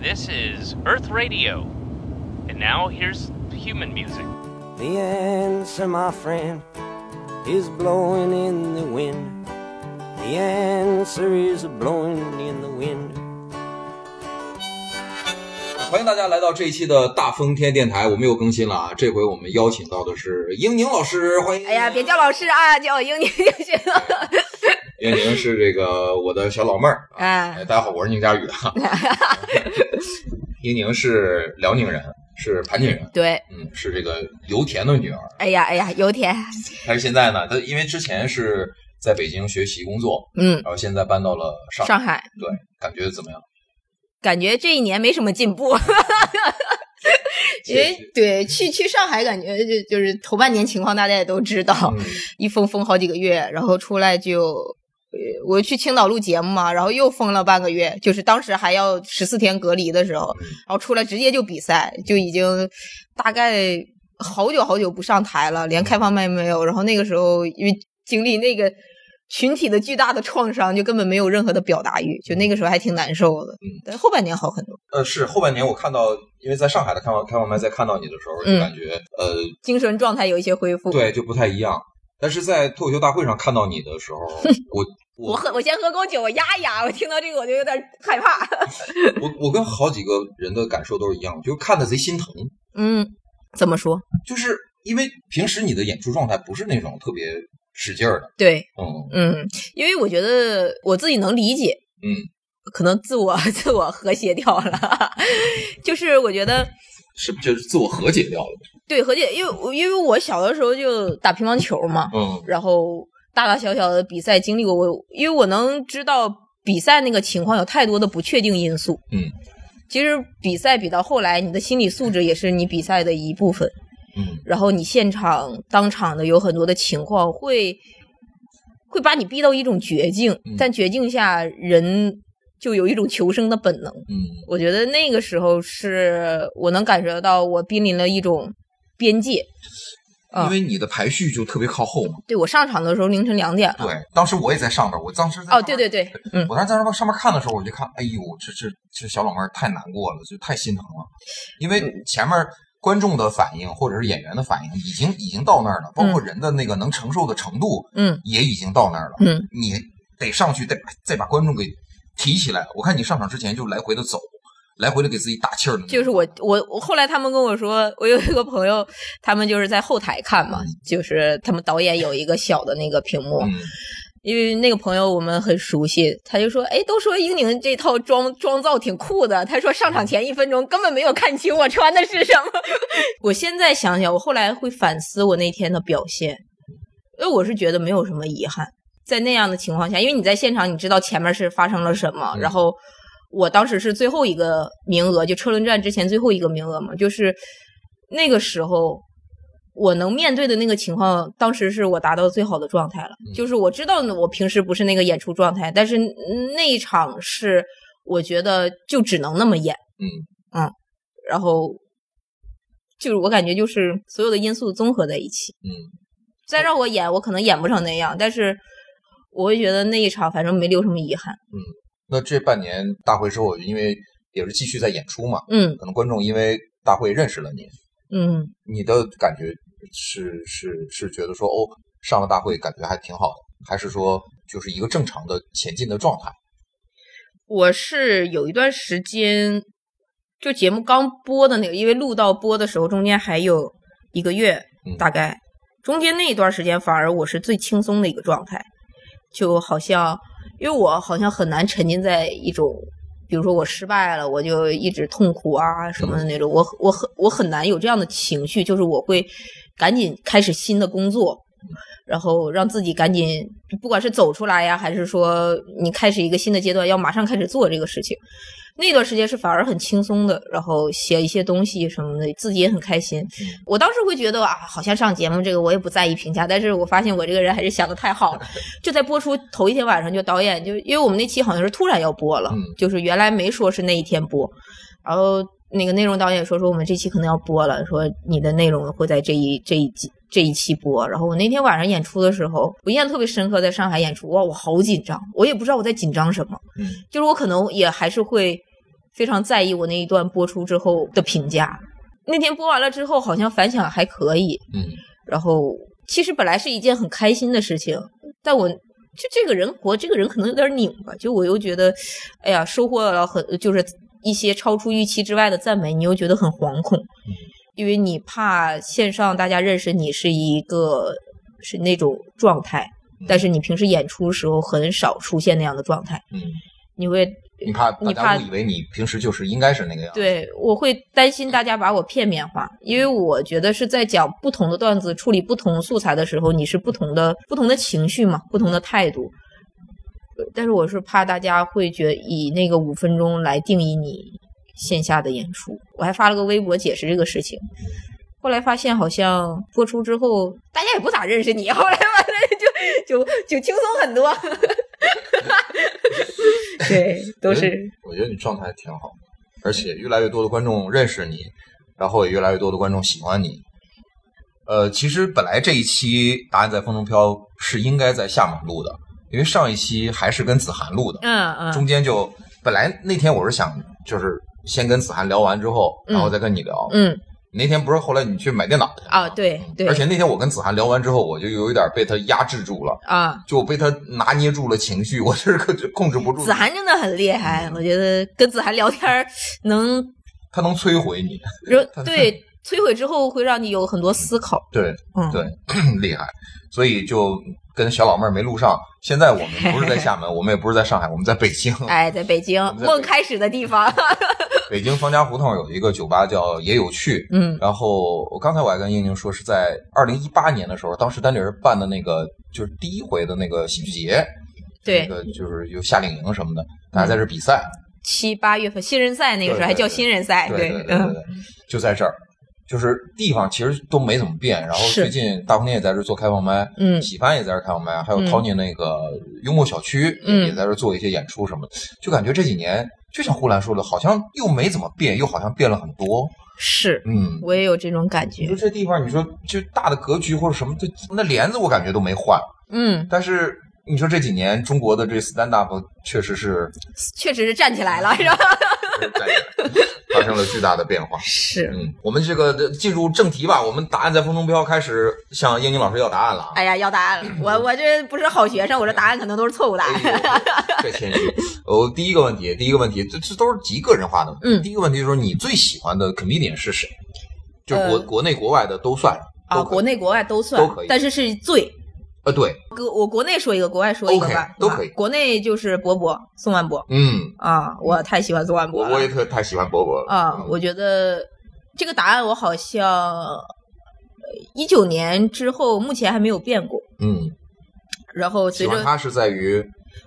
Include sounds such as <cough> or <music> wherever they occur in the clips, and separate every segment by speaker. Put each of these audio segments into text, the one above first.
Speaker 1: This is Earth Radio. And now here's human music.
Speaker 2: The answer, my friend, is blowing in the wind. The answer is blowing in the wind.
Speaker 3: 欢迎大家来到这一期的大风天电台，我们又更新了啊！这回我们邀请到的是英宁老师，欢迎。
Speaker 4: 哎呀，别叫老师啊，叫我英宁就行了。
Speaker 3: 英宁是这个我的小老妹
Speaker 4: <laughs>
Speaker 3: 儿 <laughs> 啊。
Speaker 4: 哎
Speaker 3: 哎，，大家好，我是宁佳宇
Speaker 4: <laughs>
Speaker 3: 啊。英宁是辽宁人，是盘锦人，
Speaker 4: 对，
Speaker 3: 嗯，是这个油田的女儿。
Speaker 4: 哎呀哎呀，油田，
Speaker 3: 但是现在呢，她因为之前是在北京学习工作，
Speaker 4: 嗯，
Speaker 3: 然后现在搬到了上海，
Speaker 4: 上海，
Speaker 3: 感觉怎么样？
Speaker 4: 感觉这一年没什么进步。 <laughs> 因
Speaker 3: 确实
Speaker 4: 为对去去上海，感觉就就是头半年情况大家也都知道，
Speaker 3: 嗯，
Speaker 4: 一封封好几个月，然后出来就，呃，我去青岛录节目嘛，然后又封了半个月，就是当时还要十四天隔离的时候，
Speaker 3: 嗯
Speaker 4: 然后出来直接就比赛，就已经大概好久好久不上台了，连开放麦没有。然后那个时候因为经历那个群体的巨大的创伤，就根本没有任何的表达欲，就那个时候还挺难受的。
Speaker 3: 嗯
Speaker 4: 但后半年好很多，
Speaker 3: 呃，是后半年我看到，因为在上海的开放开放麦，在看到你的时候，就
Speaker 4: 嗯
Speaker 3: 感觉、呃，
Speaker 4: 精神状态有一些恢复。
Speaker 3: 对，就不太一样。但是在脱口秀大会上看到你的
Speaker 4: <laughs>
Speaker 3: 时候，我
Speaker 4: 我喝，我先喝口酒，我压一压。我听到这个我就有点害怕。 <laughs>
Speaker 3: 嗯我我跟好几个人的感受都是一样，就是看的贼心疼，
Speaker 4: 嗯，怎么说？
Speaker 3: 就是因为平时你的演出状态不是那种特别使劲儿的，
Speaker 4: 对，
Speaker 3: 嗯
Speaker 4: 嗯，因为我觉得我自己能理解，
Speaker 3: 嗯，
Speaker 4: 可能自我 <laughs> 自我和谐掉了， <laughs> 就是我觉得
Speaker 3: 是就是自我和解掉了，
Speaker 4: 对和解，因为我因为我小的时候就打乒乓球嘛，
Speaker 3: 嗯
Speaker 4: 然后大大小小的比赛经历过，我因为我能知道比赛那个情况有太多的不确定因素，
Speaker 3: 嗯，
Speaker 4: 其实比赛比到后来，你的心理素质也是你比赛的一部分，
Speaker 3: 嗯
Speaker 4: 然后你现场当场的有很多的情况会会把你逼到一种绝境
Speaker 3: 嗯，
Speaker 4: 但绝境下人就有一种求生的本能。
Speaker 3: 嗯
Speaker 4: 我觉得那个时候是我能感受到我濒临了一种边界。，啊
Speaker 3: 因为你的排序就特别靠后嘛。
Speaker 4: 对我上场的时候凌晨两点了。
Speaker 3: 对，当时我也在上面，我当时在上
Speaker 4: 哦，
Speaker 3: 面
Speaker 4: 对对，对，嗯，
Speaker 3: <laughs> 我当时在上面看的时候，我就看，哎呦，这这这小老妹儿太难过了，就太心疼了，因为
Speaker 4: 嗯
Speaker 3: 前面观众的反应或者是演员的反应已经已经到那儿了，包括人的那个能承受的程度，
Speaker 4: 嗯，
Speaker 3: 也已经到那儿了，
Speaker 4: 嗯，
Speaker 3: 你得上去得把再把观众给提起来。我看你上场之前就来回的走，来回的给自己打气儿的那种，
Speaker 4: 就是我我我后来他们跟我说，我有一个朋友，他们就是在后台看嘛
Speaker 3: 嗯，
Speaker 4: 就是他们导演有一个小的那个屏幕，
Speaker 3: 嗯，
Speaker 4: 因为那个朋友我们很熟悉，他就说：“哎，都说英宁这套妆妆造挺酷的。”他说上场前一分钟根本没有看清我穿的是什么。 <laughs> 我现在想想，我后来会反思我那天的表现，因为我是觉得没有什么遗憾。在那样的情况下，因为你在现场，你知道前面是发生了什么，
Speaker 3: 嗯
Speaker 4: 然后我当时是最后一个名额，就车轮战之前最后一个名额嘛，就是那个时候我能面对的那个情况，当时是我达到最好的状态了。就是我知道我平时不是那个演出状态，但是那一场是我觉得就只能那么演，
Speaker 3: 嗯
Speaker 4: 嗯，然后就是我感觉就是所有的因素综合在一起，
Speaker 3: 嗯，
Speaker 4: 再让我演，我可能演不成那样，但是我会觉得那一场反正没留什么遗憾，
Speaker 3: 那这半年大会之后，因为也是继续在演出嘛，
Speaker 4: 嗯
Speaker 3: 可能观众因为大会认识了你，
Speaker 4: 嗯。
Speaker 3: 你的感觉是是是觉得说哦，上了大会感觉还挺好的，还是说就是一个正常的前进的状态？
Speaker 4: 我是有一段时间，就节目刚播的那个，因为录到播的时候中间还有一个月
Speaker 3: 嗯，
Speaker 4: 大概、中间那一段时间，反而我是最轻松的一个状态，就好像因为我好像很难沉浸在一种，比如说我失败了，我就一直痛苦啊什么的那种，我我很我很难有这样的情绪，就是我会赶紧开始新的工作，然后让自己赶紧，不管是走出来呀，还是说你开始一个新的阶段，要马上开始做这个事情。那段时间是反而很轻松的，然后写一些东西什么的，自己也很开心。我当时会觉得啊，好像上节目这个我也不在意评价，但是我发现我这个人还是想的太好了。就在播出头一天晚上，就导演就因为我们那期好像是突然要播了，
Speaker 3: 嗯
Speaker 4: 就是原来没说是那一天播，然后那个内容导演说说我们这期可能要播了，说你的内容会在这一这一季这一期播。然后我那天晚上演出的时候，我印象特别深刻，在上海演出，哇，我好紧张，我也不知道我在紧张什么，
Speaker 3: 嗯
Speaker 4: 就是我可能也还是会非常在意我那一段播出之后的评价。那天播完了之后，好像反响还可以。
Speaker 3: 嗯，
Speaker 4: 然后其实本来是一件很开心的事情，但我就这个人活，这个人可能有点拧巴，就我又觉得，哎呀，收获了很就是一些超出预期之外的赞美，你又觉得很惶恐，因为你怕线上大家认识你是一个是那种状态，但是你平时演出时候很少出现那样的状态，
Speaker 3: 嗯，
Speaker 4: 你会
Speaker 3: 你怕大
Speaker 4: 你怕
Speaker 3: 家误以为你平时就是应该是那个样子，
Speaker 4: 对，我会担心大家把我片面化，因为我觉得是在讲不同的段子、处理不同素材的时候，你是不同的不同的情绪嘛，不同的态度。呃但是我是怕大家会觉得以那个五分钟来定义你线下的演出，我还发了个微博解释这个事情。后来发现好像播出之后，大家也不咋认识你，后来完了就就就轻松很多。 <laughs> 对，都是
Speaker 3: 我觉得你状态挺好的，而且越来越多的观众认识你，然后也越来越多的观众喜欢你。呃，其实本来这一期《答案在风中飘》是应该在厦门录的，因为上一期还是跟子涵录的，
Speaker 4: 嗯嗯
Speaker 3: 中间就本来那天我是想就是先跟子涵聊完之后，然后再跟你聊。
Speaker 4: 嗯
Speaker 3: 你那天不是后来你去买电脑去了
Speaker 4: 啊，对对，
Speaker 3: 而且那天我跟子涵聊完之后，我就有一点被他压制住了，
Speaker 4: 啊，
Speaker 3: 就我被他拿捏住了情绪，我这是控制不住。
Speaker 4: 子涵真的很厉害，我觉得跟子涵聊天儿能，
Speaker 3: 他能摧毁你，
Speaker 4: 人对摧毁之后会让你有很多思考。
Speaker 3: 对，
Speaker 4: 嗯，
Speaker 3: 对， <clears throat> 厉害，所以就跟小老妹儿没录上。现在我们不是在厦门，我们也不是在上海，我们在北京。
Speaker 4: <laughs> 哎，在北京
Speaker 3: 们在北
Speaker 4: 梦开始的地方， <laughs>
Speaker 3: 北京方家胡同有一个酒吧叫也有趣。
Speaker 4: 嗯
Speaker 3: 然后我刚才我还跟英宁说，是在二零一八年的时候，当时单立人办的那个就是第一回的那个喜剧节，
Speaker 4: 对嗯
Speaker 3: 那，个就是有夏令营什么的，大家在这比赛。
Speaker 4: 七八月份新人赛那个时候还叫新人赛，
Speaker 3: 对对对对
Speaker 4: 嗯，
Speaker 3: 对，就在这儿，就是地方其实都没怎么变。然后
Speaker 4: 是
Speaker 3: 最近大风天也在这儿做开放麦，
Speaker 4: 嗯
Speaker 3: 喜番也在这儿开放麦，还有
Speaker 4: 嗯
Speaker 3: Tony 那个幽默小区
Speaker 4: 嗯
Speaker 3: 也在这儿做一些演出什么的，就感觉这几年就像呼兰说的，好像又没怎么变，又好像变了很多。
Speaker 4: 是
Speaker 3: 嗯，
Speaker 4: 我也有这种感
Speaker 3: 你
Speaker 4: 觉
Speaker 3: 说。这地方，你说就大的格局或者什么，这那帘子我感觉都没换，
Speaker 4: 嗯，
Speaker 3: 但是。你说这几年中国的这 stand up 确实是
Speaker 4: 确实是站起来
Speaker 3: 嗯
Speaker 4: 了，是吧？
Speaker 3: 发生了巨大的变化。
Speaker 4: 是。
Speaker 3: 嗯，我们这个进入正题吧。我们答案在风中飘，开始向英宁老师要答案了啊！
Speaker 4: 哎呀，要答案了！我我这不是好学生，我这答案可能都是错
Speaker 3: 哎
Speaker 4: 误答案。
Speaker 3: 太谦虚。我第一个问题，第一个问题，这这都是极个人化的。
Speaker 4: 嗯
Speaker 3: 第一个问题就是你最喜欢的 comedian 是谁？就是国、
Speaker 4: 呃
Speaker 3: 国内国外的都算
Speaker 4: 啊，
Speaker 3: 都可以
Speaker 4: 国内国外都算
Speaker 3: 都可以，
Speaker 4: 但是是最
Speaker 3: 呃对，
Speaker 4: 国我国内说一个，国外说一个
Speaker 3: OK，
Speaker 4: 吧，
Speaker 3: 都
Speaker 4: 是吧
Speaker 3: 可以
Speaker 4: 国内就是博博宋万博
Speaker 3: 嗯，
Speaker 4: 啊，我太喜欢宋万博
Speaker 3: 我
Speaker 4: 了
Speaker 3: 我也特太喜欢博博了
Speaker 4: 啊
Speaker 3: 嗯，
Speaker 4: 呃我觉得这个答案我好像一九年之后，目前还没有变过。
Speaker 3: 嗯，
Speaker 4: 然后随
Speaker 3: 喜欢
Speaker 4: 着
Speaker 3: 他是在于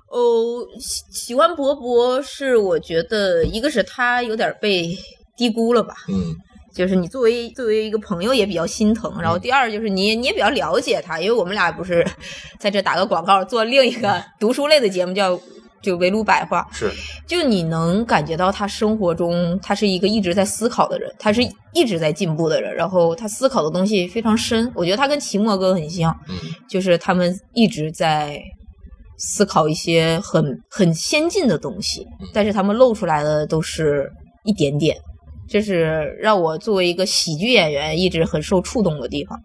Speaker 4: 哦，喜喜欢博博是我觉得一个是他有点被低估了吧，
Speaker 3: 嗯
Speaker 4: 就是你作为作为一个朋友也比较心疼，然后第二就是你也你也比较了解他，因为我们俩不是 <laughs> 在这打个广告，做另一个读书类的节目叫就围炉百话，
Speaker 3: 是
Speaker 4: 就你能感觉到他生活中他是一个一直在思考的人，他是一直在进步的人，然后他思考的东西非常深，我觉得他跟齐墨哥很像，
Speaker 3: 嗯
Speaker 4: 就是他们一直在思考一些很很先进的东西
Speaker 3: 嗯，
Speaker 4: 但是他们露出来的都是一点点，这是让我作为一个喜剧演员一直很受触动的地方。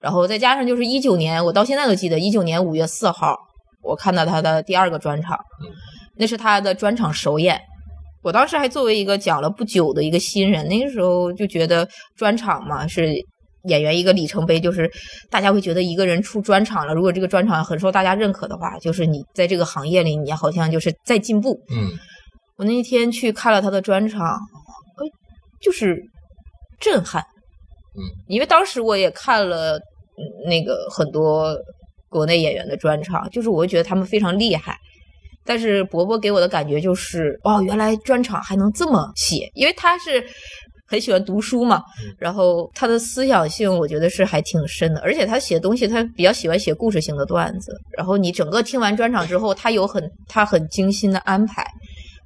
Speaker 4: 然后再加上就是一九年，我到现在都记得一九年五月四号，我看到他的第二个专场
Speaker 3: 嗯，
Speaker 4: 那是他的专场首演。我当时还作为一个讲了不久的一个新人，那个时候就觉得专场嘛是演员一个里程碑，就是大家会觉得一个人出专场了，如果这个专场很受大家认可的话，就是你在这个行业里，你好像就是在进步。
Speaker 3: 嗯
Speaker 4: 我那一天去看了他的专场，呃，就是震撼。
Speaker 3: 嗯，
Speaker 4: 因为当时我也看了嗯那个很多国内演员的专场，就是我会觉得他们非常厉害。但是伯伯给我的感觉就是，哦，原来专场还能这么写，因为他是很喜欢读书嘛，然后他的思想性我觉得是还挺深的，而且他写东西他比较喜欢写故事性的段子，然后你整个听完专场之后，他有很他很精心的安排，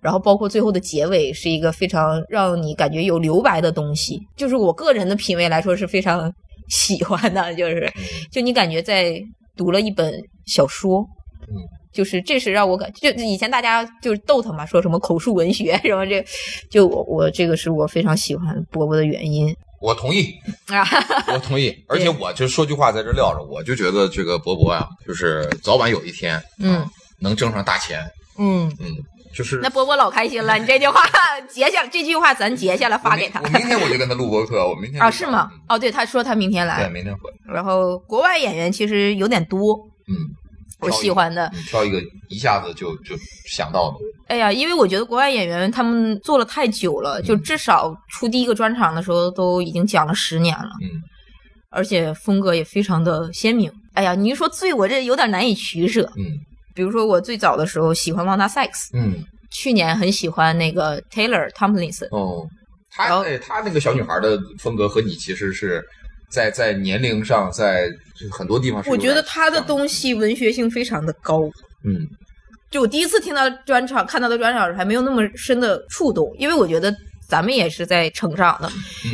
Speaker 4: 然后包括最后的结尾是一个非常让你感觉有留白的东西，就是我个人的品味来说是非常
Speaker 3: 嗯
Speaker 4: 喜欢的，就是就你感觉在读了一本小说，
Speaker 3: 嗯，
Speaker 4: 就是这是让我感，就以前大家就是逗他嘛，说什么口述文学什么这，就我我这个是我非常喜欢波波的原因
Speaker 3: 我同意，
Speaker 4: 啊。
Speaker 3: 我同
Speaker 4: <laughs>
Speaker 3: 意。而且我就说句话在这撂着，我就觉得这个博博啊，就是早晚有一天，
Speaker 4: 嗯
Speaker 3: 能挣上大钱，
Speaker 4: 嗯，
Speaker 3: 嗯，就是
Speaker 4: 那波波老开心了，你这句话 <laughs> 截下这句话咱截下来发给他
Speaker 3: 我明。我明天我就跟他录播客，我明天
Speaker 4: 啊，
Speaker 3: 就是
Speaker 4: 吗？
Speaker 3: 嗯
Speaker 4: 哦，对，他说他明天
Speaker 3: 对，
Speaker 4: 来，
Speaker 3: 明天回。
Speaker 4: 然后国外演员其实有点多， <laughs>
Speaker 3: 嗯，
Speaker 4: 我
Speaker 3: 挑一
Speaker 4: 喜
Speaker 3: 个
Speaker 4: 欢的。
Speaker 3: 你挑一个一下子就就想到的，
Speaker 4: 哎呀，因为我觉得国外演员他们做了太久了，就至少出第一个专场的时候都已经讲了十年了，
Speaker 3: 嗯，
Speaker 4: 而且风格也非常的鲜明。哎呀，你一说醉，我这有点难以取舍。
Speaker 3: 嗯
Speaker 4: 比如说我最早的时候喜欢旺达塞克斯，
Speaker 3: 嗯
Speaker 4: 去年很喜欢那个 Taylor Tomlinson，
Speaker 3: 哦，
Speaker 4: 然
Speaker 3: 她
Speaker 4: 后
Speaker 3: 哎她那个小女孩的风格和你其实是在在年龄上，在就是很多地方是
Speaker 4: 我
Speaker 3: 有
Speaker 4: 觉得
Speaker 3: 点
Speaker 4: 他的
Speaker 3: 像
Speaker 4: 东西文学性非常的高。
Speaker 3: 嗯
Speaker 4: 就我第一次听到专场，看到的专场时还没有那么深的触动，因为我觉得咱们也是在成长的。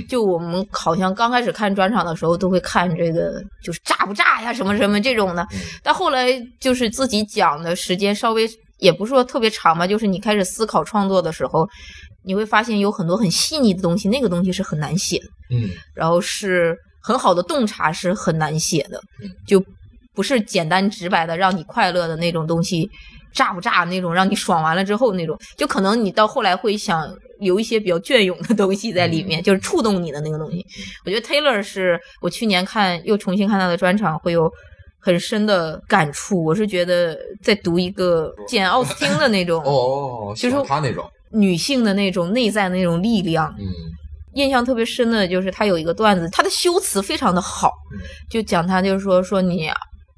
Speaker 4: 就我们好像刚开始看专场的时候，都会看这个就是炸不炸呀，什么什么这种的。
Speaker 3: 嗯
Speaker 4: 但后来就是自己讲的时间稍微也不是说特别长吧，就是你开始思考创作的时候，你会发现有很多很细腻的东西，那个东西是很难写的。
Speaker 3: 嗯
Speaker 4: 然后是很好的洞察是很难写的
Speaker 3: 嗯，
Speaker 4: 就不是简单直白的让你快乐的那种东西，炸不炸那种让你爽完了之后那种，就可能你到后来会想留一些比较隽永的东西在里
Speaker 3: 嗯
Speaker 4: 面，就是触动你的那个东西。我觉得 Taylor 是我去年看又重新看他的专场会有。很深的感触，我是觉得在读一个简奥斯汀的那种
Speaker 3: <laughs> 哦，
Speaker 4: 其实
Speaker 3: 喜欢她那种
Speaker 4: 女性的那种内在的那种力量，
Speaker 3: 嗯
Speaker 4: 印象特别深的就是他有一个段子，他的修辞非常的好
Speaker 3: 嗯，
Speaker 4: 就讲他就是说说你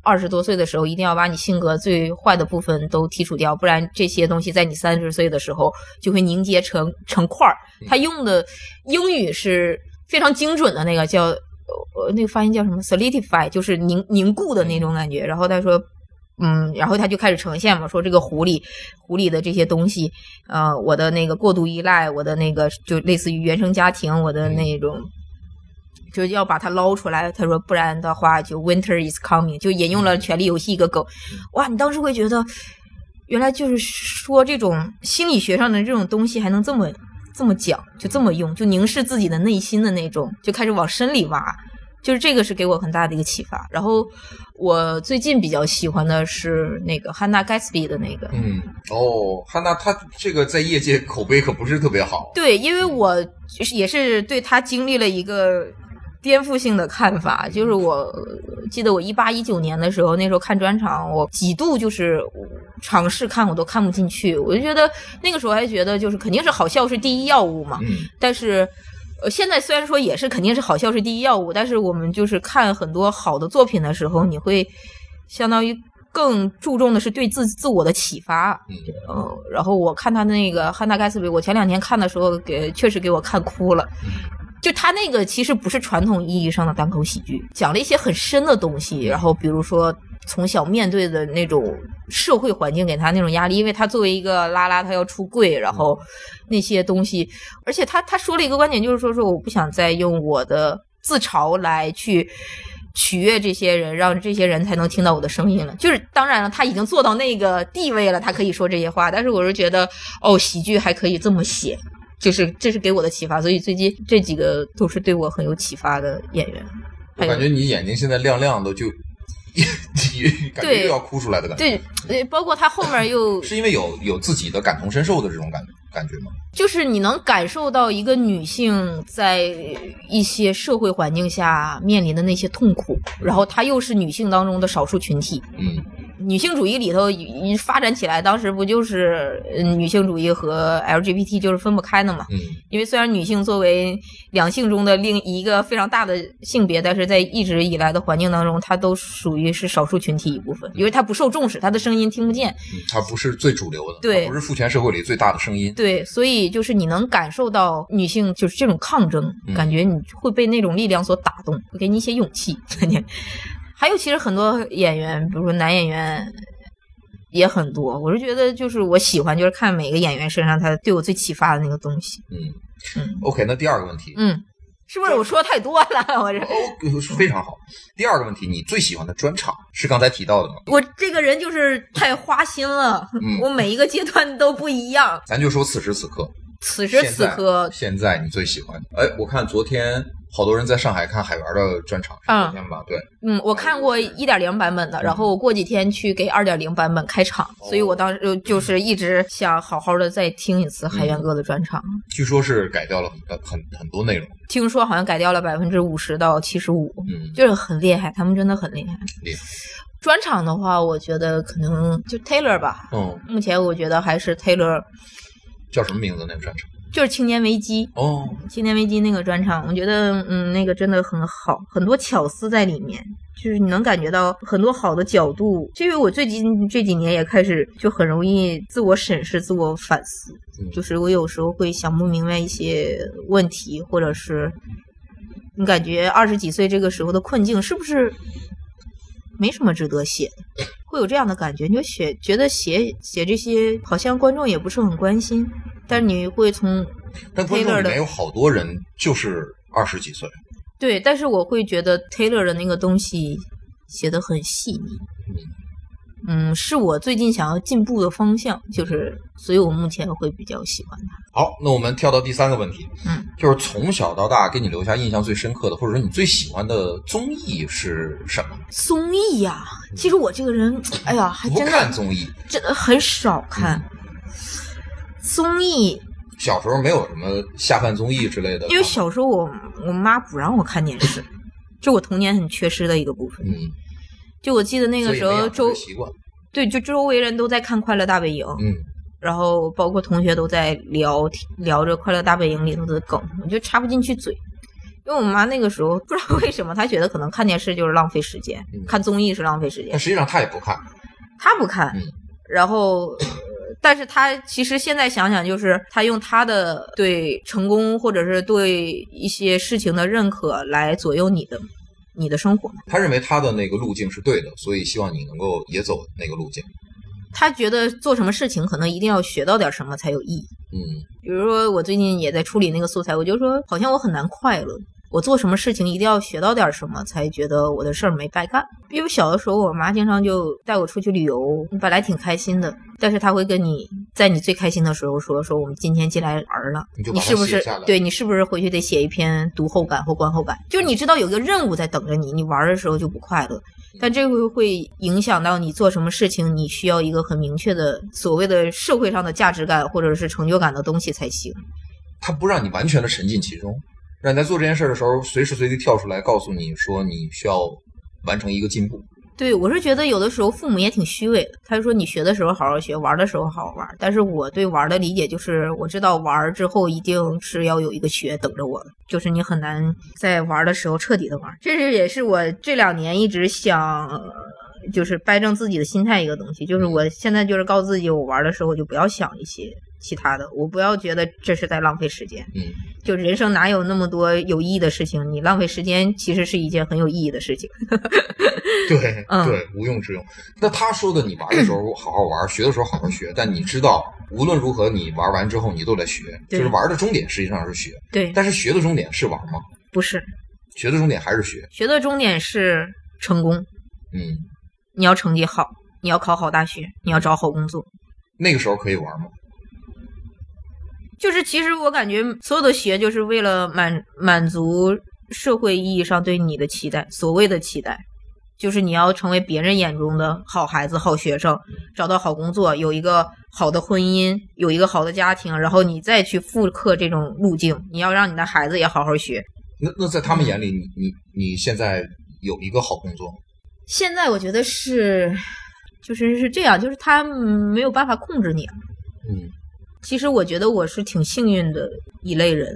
Speaker 4: 二十多岁的时候一定要把你性格最坏的部分都剔除掉，不然这些东西在你三十岁的时候就会凝结成成块儿。他用的英语是非常精准的那个叫呃那个发音叫什么 solidify，就是凝凝固的那种感觉。然后他说。嗯，然后他就开始呈现嘛，说这个狐狸，狐狸的这些东西，呃，我的那个过度依赖，我的那个就类似于原生家庭，我的那种，就是要把它捞出来。他说，不然的话就 Winter is coming，就引用了《权力游戏》一个梗。哇，你当时会觉得，原来就是说这种心理学上的这种东西还能这么这么讲，就这么用，就凝视自己的内心的那种，就开始往深里挖。就是这个是给我很大的一个启发。然后我最近比较喜欢的是那个汉娜·盖茨比的那个，
Speaker 3: 嗯哦，汉娜她这个在业界口碑可不是特别好，
Speaker 4: 对，因为我就是也是对他经历了一个颠覆性的看法，就是我记得我一八一九年的时候，那时候看专场，我几度就是尝试看，我都看不进去，我就觉得那个时候还觉得就是肯定是好笑是第一要务嘛，
Speaker 3: 嗯
Speaker 4: 但是。呃，现在虽然说也是肯定是好笑是第一要务，但是我们就是看很多好的作品的时候，你会相当于更注重的是对自自我的启发，
Speaker 3: 嗯
Speaker 4: 嗯，然后我看他那个《汉娜·盖茨比》，我前两天看的时候给确实给我看哭了。就他那个其实不是传统意义上的单口喜剧，讲了一些很深的东西。然后比如说从小面对的那种社会环境给他那种压力，因为他作为一个拉拉，他要出柜，然后那些东西，而且他他说了一个观点，就是说说我不想再用我的自嘲来去。取悦这些人，让这些人才能听到我的声音了。就是当然了，他已经做到那个地位了，他可以说这些话。但是我是觉得，哦，喜剧还可以这么写，就是这是给我的启发。所以最近这几个都是对我很有启发的演员。
Speaker 3: 我
Speaker 4: 还有
Speaker 3: 感觉你眼睛现在亮亮的就， <laughs> 感觉
Speaker 4: 对
Speaker 3: 又要哭出来的感觉，
Speaker 4: 对，呃包括他后面
Speaker 3: <laughs>
Speaker 4: 又
Speaker 3: 是因为有有自己的感同身受的这种感感觉吗？
Speaker 4: 就是你能感受到一个女性在一些社会环境下面临的那些痛苦，然后她又是女性当中的少数群体，
Speaker 3: 嗯
Speaker 4: 女性主义里头一一发展起来，当时不就是呃女性主义和 LGBT 就是分不开的嘛？
Speaker 3: 嗯
Speaker 4: 因为虽然女性作为两性中的另一个非常大的性别，但是在一直以来的环境当中，她都属于是少数群体一部分，因为她不受重视，她的声音听不见。
Speaker 3: 嗯，它不是最主流的，
Speaker 4: 对
Speaker 3: 它不是父权社会里最大的声音，
Speaker 4: 对，所以就是你能感受到女性就是这种抗争，
Speaker 3: 嗯
Speaker 4: 感觉你会被那种力量所打动，会给你一些勇气。 <laughs> 还有，其实很多演员，比如说男演员也很多，我是觉得就是我喜欢就是看每个演员身上他对我最启发的那个东西。
Speaker 3: 嗯
Speaker 4: 嗯
Speaker 3: OK，那第二个问题，
Speaker 4: 嗯，是不是我说太多了？ <laughs> 我这
Speaker 3: 哦，非常好。第二个问题，你最喜欢的专场是刚才提到的吗？
Speaker 4: 我这个人就是太花心了，
Speaker 3: 嗯
Speaker 4: 我每一个阶段都不一样。
Speaker 3: 咱就说此时此刻，
Speaker 4: 此时此刻，
Speaker 3: 现在，现在你最喜欢的？哎，我看昨天好多人在上海看海源的专场，是昨天吧？对，
Speaker 4: 嗯，我看过一点零版本的，然后我过几天去给二点零版本开场，
Speaker 3: 嗯哦
Speaker 4: 所以我当时呃就是一直想好好的再听一次海源哥的专场。
Speaker 3: 据说是改掉了很很很多内容。
Speaker 4: 听说好像改掉了百分之五十到七十五，
Speaker 3: 嗯，
Speaker 4: 就是很厉害，他们真的很厉害。
Speaker 3: 厉害。
Speaker 4: 专场的话，我觉得可能就 Taylor 吧，
Speaker 3: 嗯，
Speaker 4: 目前我觉得还是 Taylor，
Speaker 3: 叫什么名字那个专场？
Speaker 4: 就是青年危机。
Speaker 3: 哦，
Speaker 4: 青年危机那个专场，我觉得嗯，那个真的很好，很多巧思在里面，就是你能感觉到很多好的角度。因为我最近这几年也开始就很容易自我审视、自我反思，
Speaker 3: 嗯
Speaker 4: 就是我有时候会想不明白一些问题，或者是你感觉二十几岁这个时候的困境是不是没什么值得写的？会有这样的感觉，你就写觉得写写这些好像观众也不是很关心，但是你会从
Speaker 3: 但观众
Speaker 4: Taylor
Speaker 3: 里
Speaker 4: 的
Speaker 3: 面有好多人就是二十几岁，
Speaker 4: 对，但是我会觉得 Taylor 的那个东西写的很细腻，嗯，是我最近想要进步的方向，就是，所以我目前会比较喜欢他。
Speaker 3: 好，那我们跳到第三个问题，
Speaker 4: 嗯，
Speaker 3: 就是从小到大给你留下印象最深刻的，或者说你最喜欢的综艺是什么？
Speaker 4: 综艺呀、其实我这个人，哎呀，还
Speaker 3: 不
Speaker 4: 真
Speaker 3: 看
Speaker 4: 的
Speaker 3: 综艺，嗯
Speaker 4: 真的很少看综艺，
Speaker 3: 小时候没有什么下饭综艺之类的。
Speaker 4: 因为小时候我我妈不让我看电视，这我童年很缺失的一个部分。
Speaker 3: 嗯，
Speaker 4: 就我记得那
Speaker 3: 那
Speaker 4: 个时候周
Speaker 3: 习惯，
Speaker 4: 对，就周围人都在看《快乐大本营》，
Speaker 3: 嗯，
Speaker 4: 然后包括同学都在聊聊着《快乐大本营》里头的梗，我就插不进去嘴。因为我妈那个时候不知道为 <laughs> 什么，她觉得可能看电视就是浪费时间
Speaker 3: 嗯，
Speaker 4: 看综艺是浪费时间
Speaker 3: 但，实际上他也不看，
Speaker 4: 她不看
Speaker 3: 嗯。
Speaker 4: 然后，呃但是她其实现在想想，就是她用她的对成功或者是对一些事情的认可来左右你的你的生活嘛。
Speaker 3: 他认为他的那个路径是对的，所以希望你能够也走那个路径。
Speaker 4: 她觉得做什么事情可能一定要学到点什么才有意义。
Speaker 3: 嗯，
Speaker 4: 比如说我最近也在处理那个素材，我就说好像我很难快乐。我做什么事情一定要学到点什么，才觉得我的事儿没白干。因为小的时候，我妈经常就带我出去旅游，本来挺开心的，但是她会跟你在你最开心的时候说：“说我们今天进来玩儿了，
Speaker 3: 你
Speaker 4: 你
Speaker 3: 就把它
Speaker 4: 是不
Speaker 3: 写
Speaker 4: 是
Speaker 3: 下来
Speaker 4: 对你是不是回去得写一篇读后感或观后感？就是你知道有一个任务在等着你，你玩儿的时候就不快乐，但这个会影响到你做什么事情，你需要一个很明确的所谓的社会上的价值感或者是成就感的东西才行。
Speaker 3: 他不让你完全的沉浸其中，让你在做这件事的时候随时随地跳出来，告诉你说你需要完成一个进步。
Speaker 4: 对，我是觉得有的时候父母也挺虚伪的。他说你学的时候好好学，玩的时候好好玩。但是我对玩的理解就是，我知道玩之后一定是要有一个学等着我的，就是你很难在玩的时候彻底的玩。这是也是我这两年一直想，呃就是掰正自己的心态一个东西。就是我现在就是告诉自己，我玩的时候我就不要想一些其他的，我不要觉得这是在浪费时间。
Speaker 3: 嗯，
Speaker 4: 就人生哪有那么多有意义的事情？你浪费时间其实是一件很有意义的事情。
Speaker 3: 对、
Speaker 4: <laughs> 嗯
Speaker 3: 对，无用之用。那他说的，你玩的时候
Speaker 4: <clears throat>
Speaker 3: 好好玩，学的时候好好学，但你知道，无论如何，你玩完之后你都得学，就
Speaker 4: 对
Speaker 3: 是玩的终点实际上是学，
Speaker 4: 对，
Speaker 3: 但是学的终点是玩吗？
Speaker 4: 不是。
Speaker 3: 学的终点还是学。
Speaker 4: 学的终点是成功，
Speaker 3: 嗯，
Speaker 4: 你要成绩好，你要考好大学，你要找好工作。
Speaker 3: 那个时候可以玩吗？
Speaker 4: 就是其实我感觉所有的学就是为了满满足社会意义上对你的期待，所谓的期待。就是你要成为别人眼中的好孩子、好学生，找到好工作，有一个好的婚姻，有一个好的家庭，然后你再去复刻这种路径。你要让你的孩子也好好学，
Speaker 3: 那那在他们眼里，你你你现在有一个好工作，
Speaker 4: 现在我觉得是，就是是这样，就是他没有办法控制你了。
Speaker 3: 嗯，
Speaker 4: 其实我觉得我是挺幸运的一类人，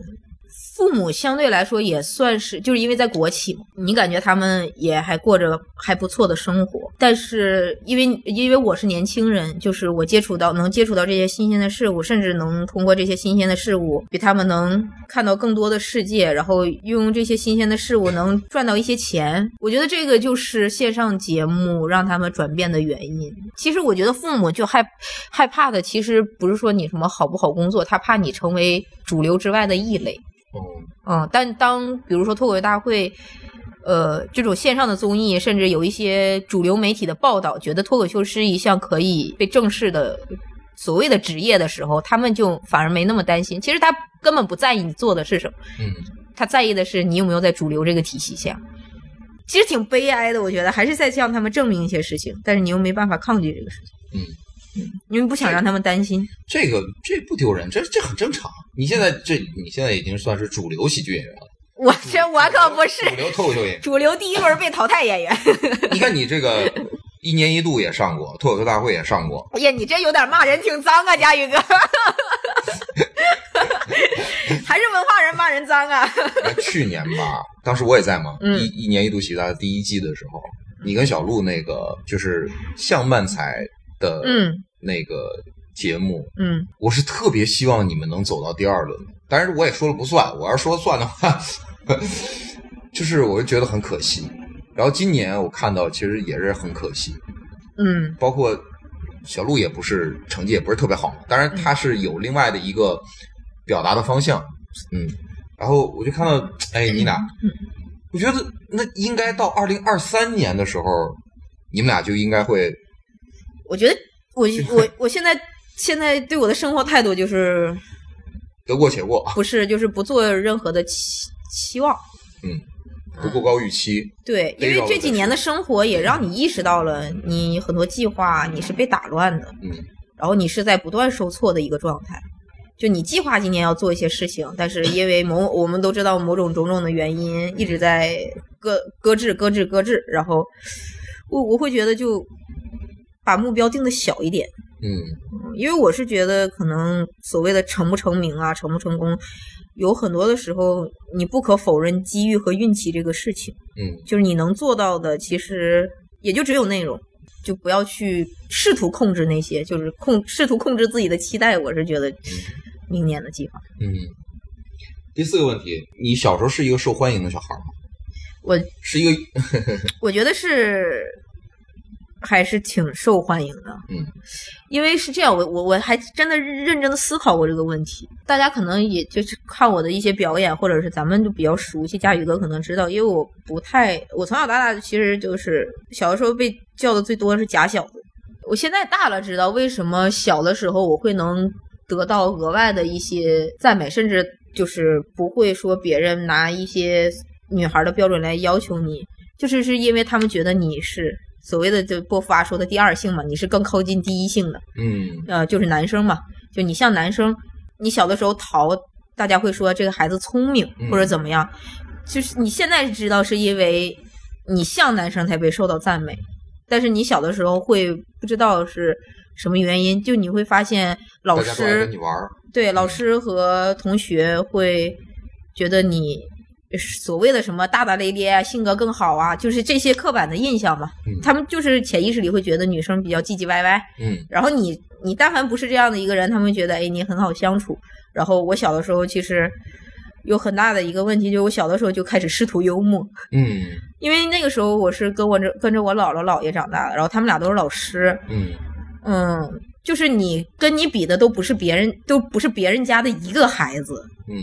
Speaker 4: 父母相对来说也算是，就是因为在国企嘛，你感觉他们也还过着还不错的生活。但是因为因为我是年轻人，就是我接触到能接触到这些新鲜的事物，甚至能通过这些新鲜的事物，比他们能看到更多的世界，然后运用这些新鲜的事物能赚到一些钱。我觉得这个就是线上节目让他们转变的原因。其实我觉得父母就害害怕的，其实不是说你什么好不好工作，他怕你成为主流之外的异类。
Speaker 3: 哦、
Speaker 4: 嗯，但当比如说脱口大会，呃，这种线上的综艺，甚至有一些主流媒体的报道，觉得脱口秀是一项可以被正式的所谓的职业的时候，他们就反而没那么担心。其实他根本不在意你做的是什么，
Speaker 3: 嗯，
Speaker 4: 他在意的是你有没有在主流这个体系下。其实挺悲哀的，我觉得还是在向他们证明一些事情，但是你又没办法抗拒这个事情，
Speaker 3: 嗯，
Speaker 4: 因为不想让他们担心。
Speaker 3: 这个这不丢人，这这很正常。你现在这你现在已经算是主流喜剧演员了，
Speaker 4: 我这我可不是
Speaker 3: 主流脱口秀演员。
Speaker 4: 主流第一轮被淘汰演员。
Speaker 3: 你看你这
Speaker 4: <laughs>
Speaker 3: 个一年一度也上过，脱口秀大会也上过，
Speaker 4: 哎呀，你这有点骂人挺脏啊，佳宇哥， <laughs> 还是文化人骂人脏啊。
Speaker 3: 哎去年吧，当时我也在嘛，
Speaker 4: 嗯
Speaker 3: 一一年一度喜剧大赛第一季的时候，你跟小鹿那个就是向漫才的
Speaker 4: 嗯
Speaker 3: 那个节目，
Speaker 4: <laughs> 嗯，
Speaker 3: 我是特别希望你们能走到第二轮，但是我也说了不算，我要是说算的话，就是我就觉得很可惜。然后今年我看到其实也是很可惜，
Speaker 4: 嗯
Speaker 3: 包括小鹿也不是成绩也不是特别好，当然他是有另外的一个表达的方向，嗯，然后我就看到，哎，你俩，我觉得那应该到二零二三年的时候，你们俩就应该会，
Speaker 4: 我觉得我我我现在现在对我的生活态度就是
Speaker 3: 得过且过，
Speaker 4: 不是就是不做任何的期期望。
Speaker 3: 嗯不过高预期，
Speaker 4: 对，因为这几年的生活也让你意识到了，你很多计划你是被打乱的，
Speaker 3: 嗯，
Speaker 4: 然后你是在不断受挫的一个状态。就你计划今年要做一些事情，但是因为某我们都知道某种种种的原因，一直在搁搁置、搁置、搁置。然后我我会觉得就把目标定的小一点，
Speaker 3: 嗯
Speaker 4: 嗯因为我是觉得可能所谓的成不成名啊，成不成功，有很多的时候你不可否认机遇和运气这个事情。
Speaker 3: 嗯
Speaker 4: 就是你能做到的，其实也就只有内容，就不要去试图控制那些，就是控试图控制自己的期待。我是觉得明年的计划，
Speaker 3: 嗯。第四个问题，你小时候是一个受欢迎的小孩吗？
Speaker 4: 我
Speaker 3: 是一个，
Speaker 4: 我觉得是还是挺受欢迎的，
Speaker 3: 嗯，
Speaker 4: 因为是这样，我我我还真的认真的思考过这个问题。大家可能也就是看我的一些表演，或者是咱们就比较熟悉，佳宇哥可能知道，因为我不太，我从小到大其实就是小的时候被叫的最多的是假小子。我现在大了，知道为什么小的时候我会能得到额外的一些赞美，甚至就是不会说别人拿一些女孩的标准来要求你，就是是因为他们觉得你是所谓的就波伏娃说的第二性嘛，你是更靠近第一性的，
Speaker 3: 嗯
Speaker 4: 呃，就是男生嘛，就你像男生，你小的时候淘，大家会说这个孩子聪明
Speaker 3: 嗯
Speaker 4: 或者怎么样，就是你现在知道是因为你像男生才被受到赞美，但是你小的时候会不知道是什么原因，就你会发现老
Speaker 3: 大家都爱
Speaker 4: 师
Speaker 3: 跟你玩儿
Speaker 4: 对老师和同学会觉得你所谓的什么大大咧咧啊，性格更好啊，就是这些刻板的印象嘛。
Speaker 3: 嗯
Speaker 4: 他们就是潜意识里会觉得女生比较唧唧歪歪，
Speaker 3: 嗯
Speaker 4: 然后你你但凡不是这样的一个人，他们觉得哎你很好相处。然后我小的时候其实有很大的一个问题，就是我小的时候就开始试图幽默，
Speaker 3: 嗯
Speaker 4: 因为那个时候我是跟我这跟着我姥姥姥爷长大的，然后他们俩都是老师，
Speaker 3: 嗯
Speaker 4: 嗯，就是你跟你比的都不是别人，都不是别人家的一个孩子，
Speaker 3: 嗯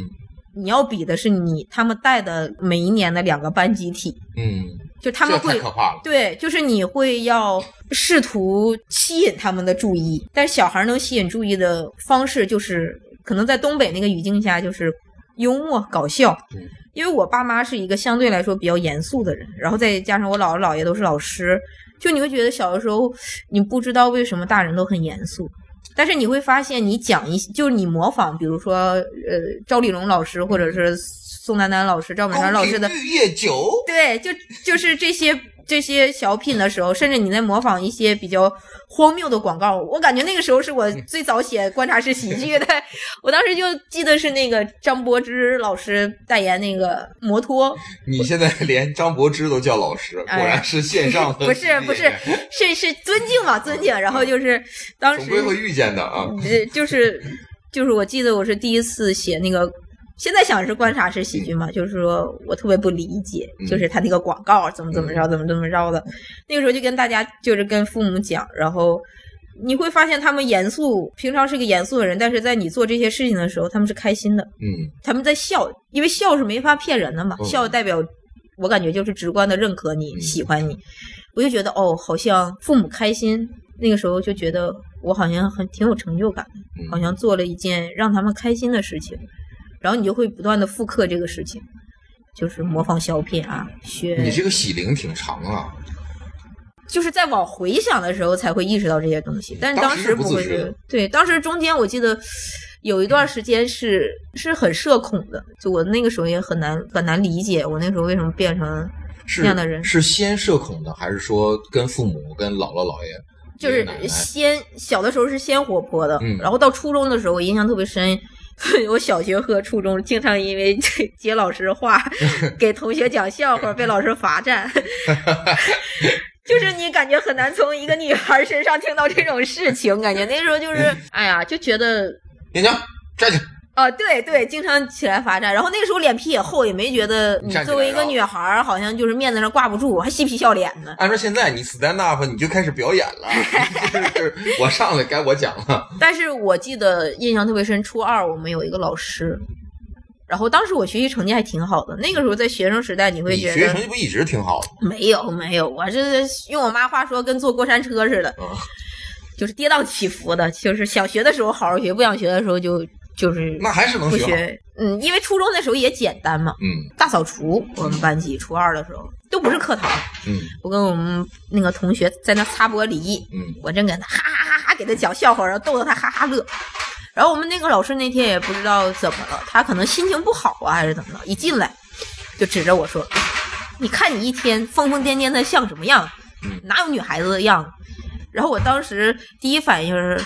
Speaker 4: 你要比的是你他们带的每一年的两个班集体，
Speaker 3: 嗯，
Speaker 4: 就他们
Speaker 3: 这太
Speaker 4: 会
Speaker 3: 可怕了。
Speaker 4: 对，就是你会要试图吸引他们的注意，但是小孩能吸引注意的方式就是可能在东北那个语境下就是幽默搞笑
Speaker 3: 嗯。
Speaker 4: 因为我爸妈是一个相对来说比较严肃的人，然后再加上我姥姥姥爷都是老师，就你会觉得小的时候你不知道为什么大人都很严肃，但是你会发现你讲一就是你模仿，比如说呃赵丽蓉老师或者是宋丹丹老师、赵本山老师的
Speaker 3: 宫廷玉液酒，
Speaker 4: 对，就就是这些这些小品的时候，甚至你在模仿一些比较荒谬的广告，我感觉那个时候是我
Speaker 3: 嗯
Speaker 4: 最早写观察式喜剧的。 <laughs> 我当时就记得是那个张柏芝老师代言那个摩托，
Speaker 3: 你现在连张柏芝都叫老师，果
Speaker 4: 哎
Speaker 3: 然是线上的。
Speaker 4: 不是不是，是是尊敬嘛尊敬，然后就是当
Speaker 3: 总
Speaker 4: 时
Speaker 3: 归会遇见的啊。
Speaker 4: 呃就是就是我记得我是第一次写那个。现在想是观察式喜剧嘛，就是说我特别不理解，
Speaker 3: 嗯
Speaker 4: 就是他那个广告怎么怎么着，怎么怎么着的。那个时候就跟大家就是跟父母讲，然后你会发现他们严肃，平常是个严肃的人，但是在你做这些事情的时候，他们是开心的，
Speaker 3: 嗯，
Speaker 4: 他们在笑，因为笑是没法骗人的嘛，
Speaker 3: 嗯
Speaker 4: 笑代表我感觉就是直观的认可你、
Speaker 3: 嗯
Speaker 4: 喜欢你，我就觉得哦，好像父母开心，那个时候就觉得我好像很挺有成就感的，
Speaker 3: 嗯
Speaker 4: 好像做了一件让他们开心的事情，然后你就会不断的复刻这个事情，就是模仿小品啊，学
Speaker 3: 你这个喜龄挺长啊，
Speaker 4: 就是在往回想的时候才会意识到这些东西，但是
Speaker 3: 当
Speaker 4: 当
Speaker 3: 时
Speaker 4: 时
Speaker 3: 不
Speaker 4: 不
Speaker 3: 自
Speaker 4: 会
Speaker 3: 知
Speaker 4: 觉得。对，当时中间我记得有一段时间是是很社恐的，就我那个时候也很难很难理解我那时候为什么变成
Speaker 3: 是
Speaker 4: 那样的人
Speaker 3: 是先社恐的，还是说跟父母、跟姥姥姥爷、
Speaker 4: 就
Speaker 3: 爷爷
Speaker 4: 是
Speaker 3: 奶奶
Speaker 4: 先小的时候是先活泼的，
Speaker 3: 嗯
Speaker 4: 然后到初中的时候我印象特别深。 <laughs> 我小学和初中经常因为 <laughs> 接老
Speaker 3: <laughs>
Speaker 4: 师话，给同学讲笑话被老师罚站， <laughs> 就是你感觉很难从一个女孩身上听到这种事情，感觉那时候
Speaker 3: 嗯
Speaker 4: 就是，哎呀，就觉得
Speaker 3: 燕江站起来，
Speaker 4: 哦，对对，经常起来罚站，然后那个时候脸皮也厚，也没觉得
Speaker 3: 你
Speaker 4: 你
Speaker 3: 站起
Speaker 4: 作为
Speaker 3: 来
Speaker 4: 一个
Speaker 3: 了
Speaker 4: 女孩儿，好像就是面子上挂不住，还嬉皮笑脸的。
Speaker 3: 按照现在你 stand up，你就开始表演
Speaker 4: <laughs>
Speaker 3: 了，就是我上来该我讲了。
Speaker 4: 但是我记得印象特别深，初二我们有一个老师，然后当时我学习成绩还挺好的，那个时候在学生时代你会
Speaker 3: 你
Speaker 4: 觉
Speaker 3: 学习成
Speaker 4: 得
Speaker 3: 绩不一直挺好的吗？
Speaker 4: 没有没有，我这用我妈话说跟坐过山车似的，
Speaker 3: 嗯
Speaker 4: 就是跌宕起伏的，就是想学的时候好好学，不想学的时候就就是
Speaker 3: 那还是能
Speaker 4: 不
Speaker 3: 学好。
Speaker 4: 学。嗯，因为初中那时候也简单嘛，
Speaker 3: 嗯
Speaker 4: 大扫除，我们班级初二的时候都不是课堂，
Speaker 3: 嗯
Speaker 4: 我跟我们那个同学在那擦玻璃，
Speaker 3: 嗯
Speaker 4: 我正给他哈哈哈哈给他讲笑话，然后逗得他哈哈乐。然后我们那个老师那天也不知道怎么了，他可能心情不好啊，还是怎么的，一进来就指着我说：“你看你一天疯疯癫癫的像什么样
Speaker 3: 嗯？
Speaker 4: 哪有女孩子的样子？”然后我当时第一反应是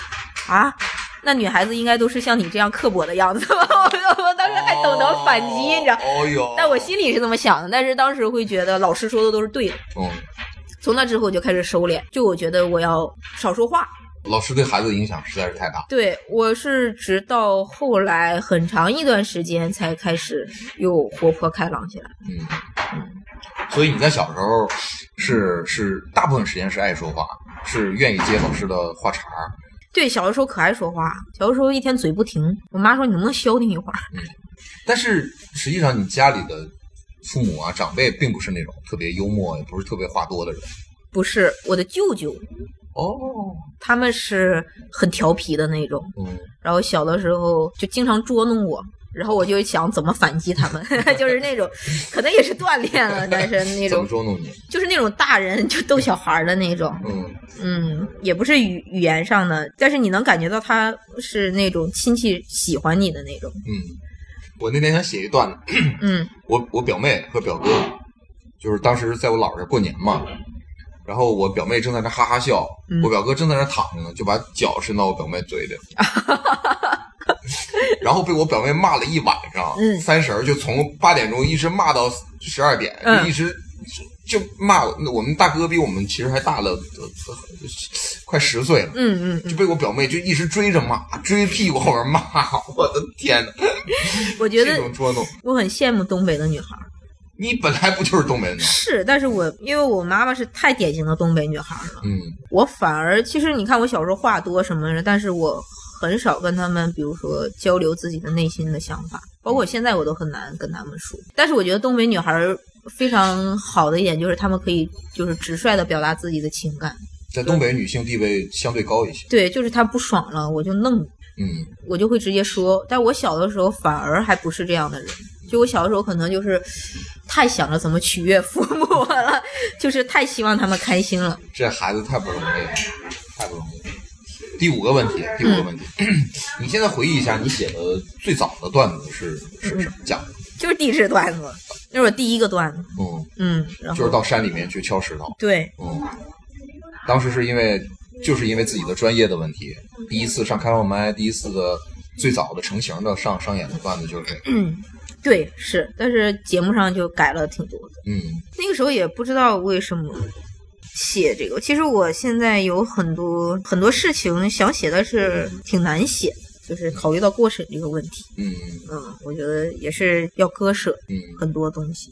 Speaker 4: 啊。那女孩子应该都是像你这样刻薄的样子吧？我我当时还懂得反击，你知道？
Speaker 3: 哦哟，
Speaker 4: 但我心里是这么想的，但是当时会觉得老师说的都是对的。
Speaker 3: 嗯，
Speaker 4: 从那之后我就开始收敛，就我觉得我要少说话，
Speaker 3: 老师对孩子的影响实在是太大。
Speaker 4: 对，我是直到后来很长一段时间才开始又活泼开朗起来。
Speaker 3: 嗯，所以你在小时候是是大部分时间是爱说话，是愿意接老师的话茬儿。
Speaker 4: 对，小的时候可爱说话，小的时候一天嘴不停。我妈说你能不能消停一会儿？
Speaker 3: 但是实际上，你家里的父母啊、长辈并不是那种特别幽默，也不是特别话多的人。
Speaker 4: 不是，我的舅舅
Speaker 3: 哦，
Speaker 4: 他们是很调皮的那种，
Speaker 3: 嗯，
Speaker 4: 然后小的时候就经常捉弄我。然后我就想怎么反击他们， <laughs> 就是那种，可能也是锻炼了，但是那
Speaker 3: 怎
Speaker 4: 种
Speaker 3: 么捉弄你？
Speaker 4: 就是那种大人就逗小孩儿的那种，
Speaker 3: 嗯，
Speaker 4: 嗯，也不是语语言上的，但是你能感觉到他是那种亲戚喜欢你的那种。
Speaker 3: 嗯，我那天想写一段，
Speaker 4: 嗯
Speaker 3: 我我表妹和表哥，就是当时在我姥姥家过年嘛，然后我表妹正在那哈哈笑，
Speaker 4: 嗯
Speaker 3: 我表哥正在那躺着呢，就把脚伸到我表妹嘴
Speaker 4: <laughs>
Speaker 3: 里，然后被我表妹骂了一晚上，
Speaker 4: 嗯
Speaker 3: 三十儿就从八点钟一直骂到十二点，
Speaker 4: 嗯
Speaker 3: 就一直。就骂我我们大哥比我们其实还大了，呃呃快十岁了，
Speaker 4: 嗯嗯
Speaker 3: 就
Speaker 4: 嗯，
Speaker 3: 被我表妹就一直追着骂，追屁股后面骂， <laughs> 我的天哪！
Speaker 4: 我觉
Speaker 3: 这
Speaker 4: 得
Speaker 3: 种捉弄，
Speaker 4: 我很羡慕东北的女孩儿。
Speaker 3: 你本来不就是东北人吗？
Speaker 4: 是，但是我因为我妈妈是太典型的东北女孩儿了，
Speaker 3: 嗯，
Speaker 4: 我反而其实你看我小时候话多什么的，但是我很少跟他们，比如说交流自己的内心的想法，包括现在我都很难跟他们说。但是我觉得东北女孩儿非常好的一点就是她们可以就是直率的表达自己的情感。
Speaker 3: 在东北女性地位相对高一些。
Speaker 4: 对，就是他不爽了，我就弄你，
Speaker 3: 嗯
Speaker 4: 我就会直接说。但我小的时候反而还不是这样的人，就我小的时候可能就是太想着怎么取悦父母了， <laughs> 就是太希望他们开心了。，
Speaker 3: 这孩子太不容易了，太不容易了。第五个问题，第五个问题，
Speaker 4: 嗯
Speaker 3: <clears throat> 你现在回忆一下，你写的最早的段子是是
Speaker 4: 嗯
Speaker 3: 什么讲的？
Speaker 4: 就是地质段子，那是我第一个段子，
Speaker 3: 嗯，
Speaker 4: 嗯，然
Speaker 3: 就是
Speaker 4: 后
Speaker 3: 到山里面去敲石头。
Speaker 4: 对
Speaker 3: 嗯，当时是因为就是因为自己的专业的问题，
Speaker 4: 嗯
Speaker 3: 第一次上开放麦，第一次的最早的成型的上上演的段子就是这
Speaker 4: 嗯
Speaker 3: 个。
Speaker 4: 对是，但是节目上就改了挺多的。
Speaker 3: 嗯
Speaker 4: 那个时候也不知道为什么写这个。其实我现在有很多很多事情想写，但是挺难写的。就是考虑到过审这个问题，
Speaker 3: 嗯
Speaker 4: 嗯，我觉得也是要割舍
Speaker 3: 嗯
Speaker 4: 很多东西。